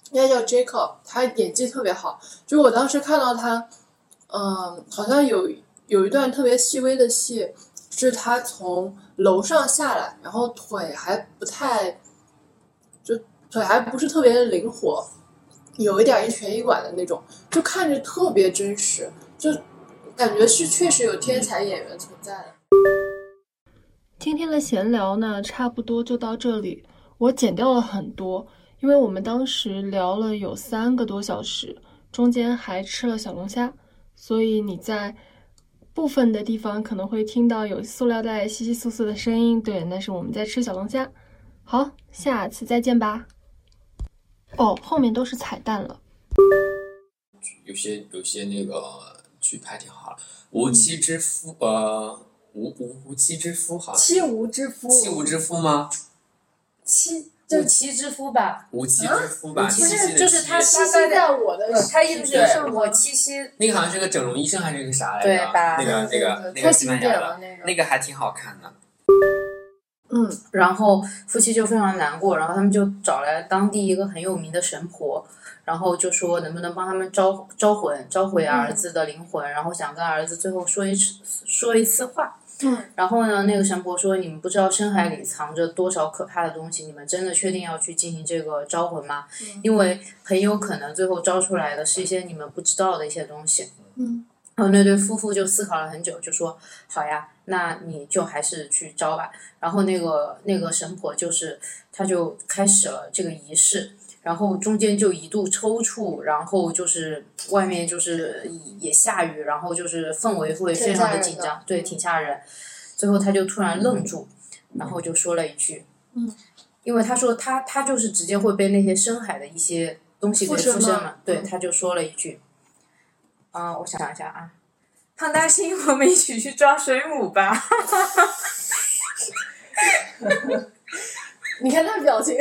Speaker 5: 应该叫 Jacob，他演技特别好。就是我当时看到他，嗯，好像有有一段特别细微的戏，是他从楼上下来，然后腿还不太，就腿还不是特别的灵活，有一点一瘸一拐的那种，就看着特别真实，就感觉是确实有天才演员存在的。
Speaker 3: 今天的闲聊呢，差不多就到这里。我剪掉了很多，因为我们当时聊了有三个多小时，中间还吃了小龙虾，所以你在部分的地方可能会听到有塑料袋窸窸窣窣的声音。对，那是我们在吃小龙虾。好，下次再见吧。哦，后面都是彩蛋了。
Speaker 4: 有些有些那个剧拍挺好的，《无妻之夫》呃，无无无妻之夫好像是
Speaker 5: 妻无之夫，
Speaker 4: 《妻无之夫》吗？
Speaker 5: 妻
Speaker 6: 就妻之夫吧，
Speaker 4: 无妻之夫吧，
Speaker 6: 啊
Speaker 4: 七夕的
Speaker 6: 就是就是
Speaker 4: 妻
Speaker 6: 他
Speaker 5: 栖息在我的
Speaker 6: 呃，他一直
Speaker 5: 身
Speaker 6: 是
Speaker 5: 上
Speaker 6: 我
Speaker 5: 吗
Speaker 6: 七夕，
Speaker 4: 那个好像是个整容医生还是个啥来着？
Speaker 6: 对吧
Speaker 4: 那个那个那
Speaker 5: 太
Speaker 4: 个西
Speaker 5: 经
Speaker 4: 班
Speaker 5: 典
Speaker 4: 牙
Speaker 5: 了
Speaker 4: 的，
Speaker 5: 那个
Speaker 4: 那个还挺好看的。
Speaker 5: 嗯，
Speaker 6: 然后夫妻就非常难过，然后他们就找来当地一个很有名的神婆，然后就说能不能帮他们招招魂，召回儿子的灵魂，然后想跟儿子最后说一次说一次话。
Speaker 5: 嗯，
Speaker 6: 然后呢，那个神婆说：“你们不知道深海里藏着多少可怕的东西，你们真的确定要去进行这个招魂吗？因
Speaker 5: 嗯
Speaker 6: 为很有可能最后招出来的是一些你们不知道的一些东西。”
Speaker 5: 嗯，
Speaker 6: 然后那对夫妇就思考了很久，就说：“好呀，那你就还是去招吧。”然后那个那个神婆就是，她就开始了这个仪式。然后中间就一度抽搐，然后就是外面就是也下雨，然后就是氛围会非常的紧
Speaker 5: 挺吓人
Speaker 6: 张
Speaker 5: 的，
Speaker 6: 对，挺吓人。最后他就突然愣住，然后就说了一句，
Speaker 5: 嗯，
Speaker 6: 因为他说他他就是直接会被那些深海的一些东西给
Speaker 5: 附身
Speaker 6: 附身
Speaker 5: 吗
Speaker 6: 了，对，
Speaker 5: 嗯
Speaker 6: 他就说了一句，啊、我想一下啊，胖大星，我们一起去抓水母吧。
Speaker 5: 你看他表情，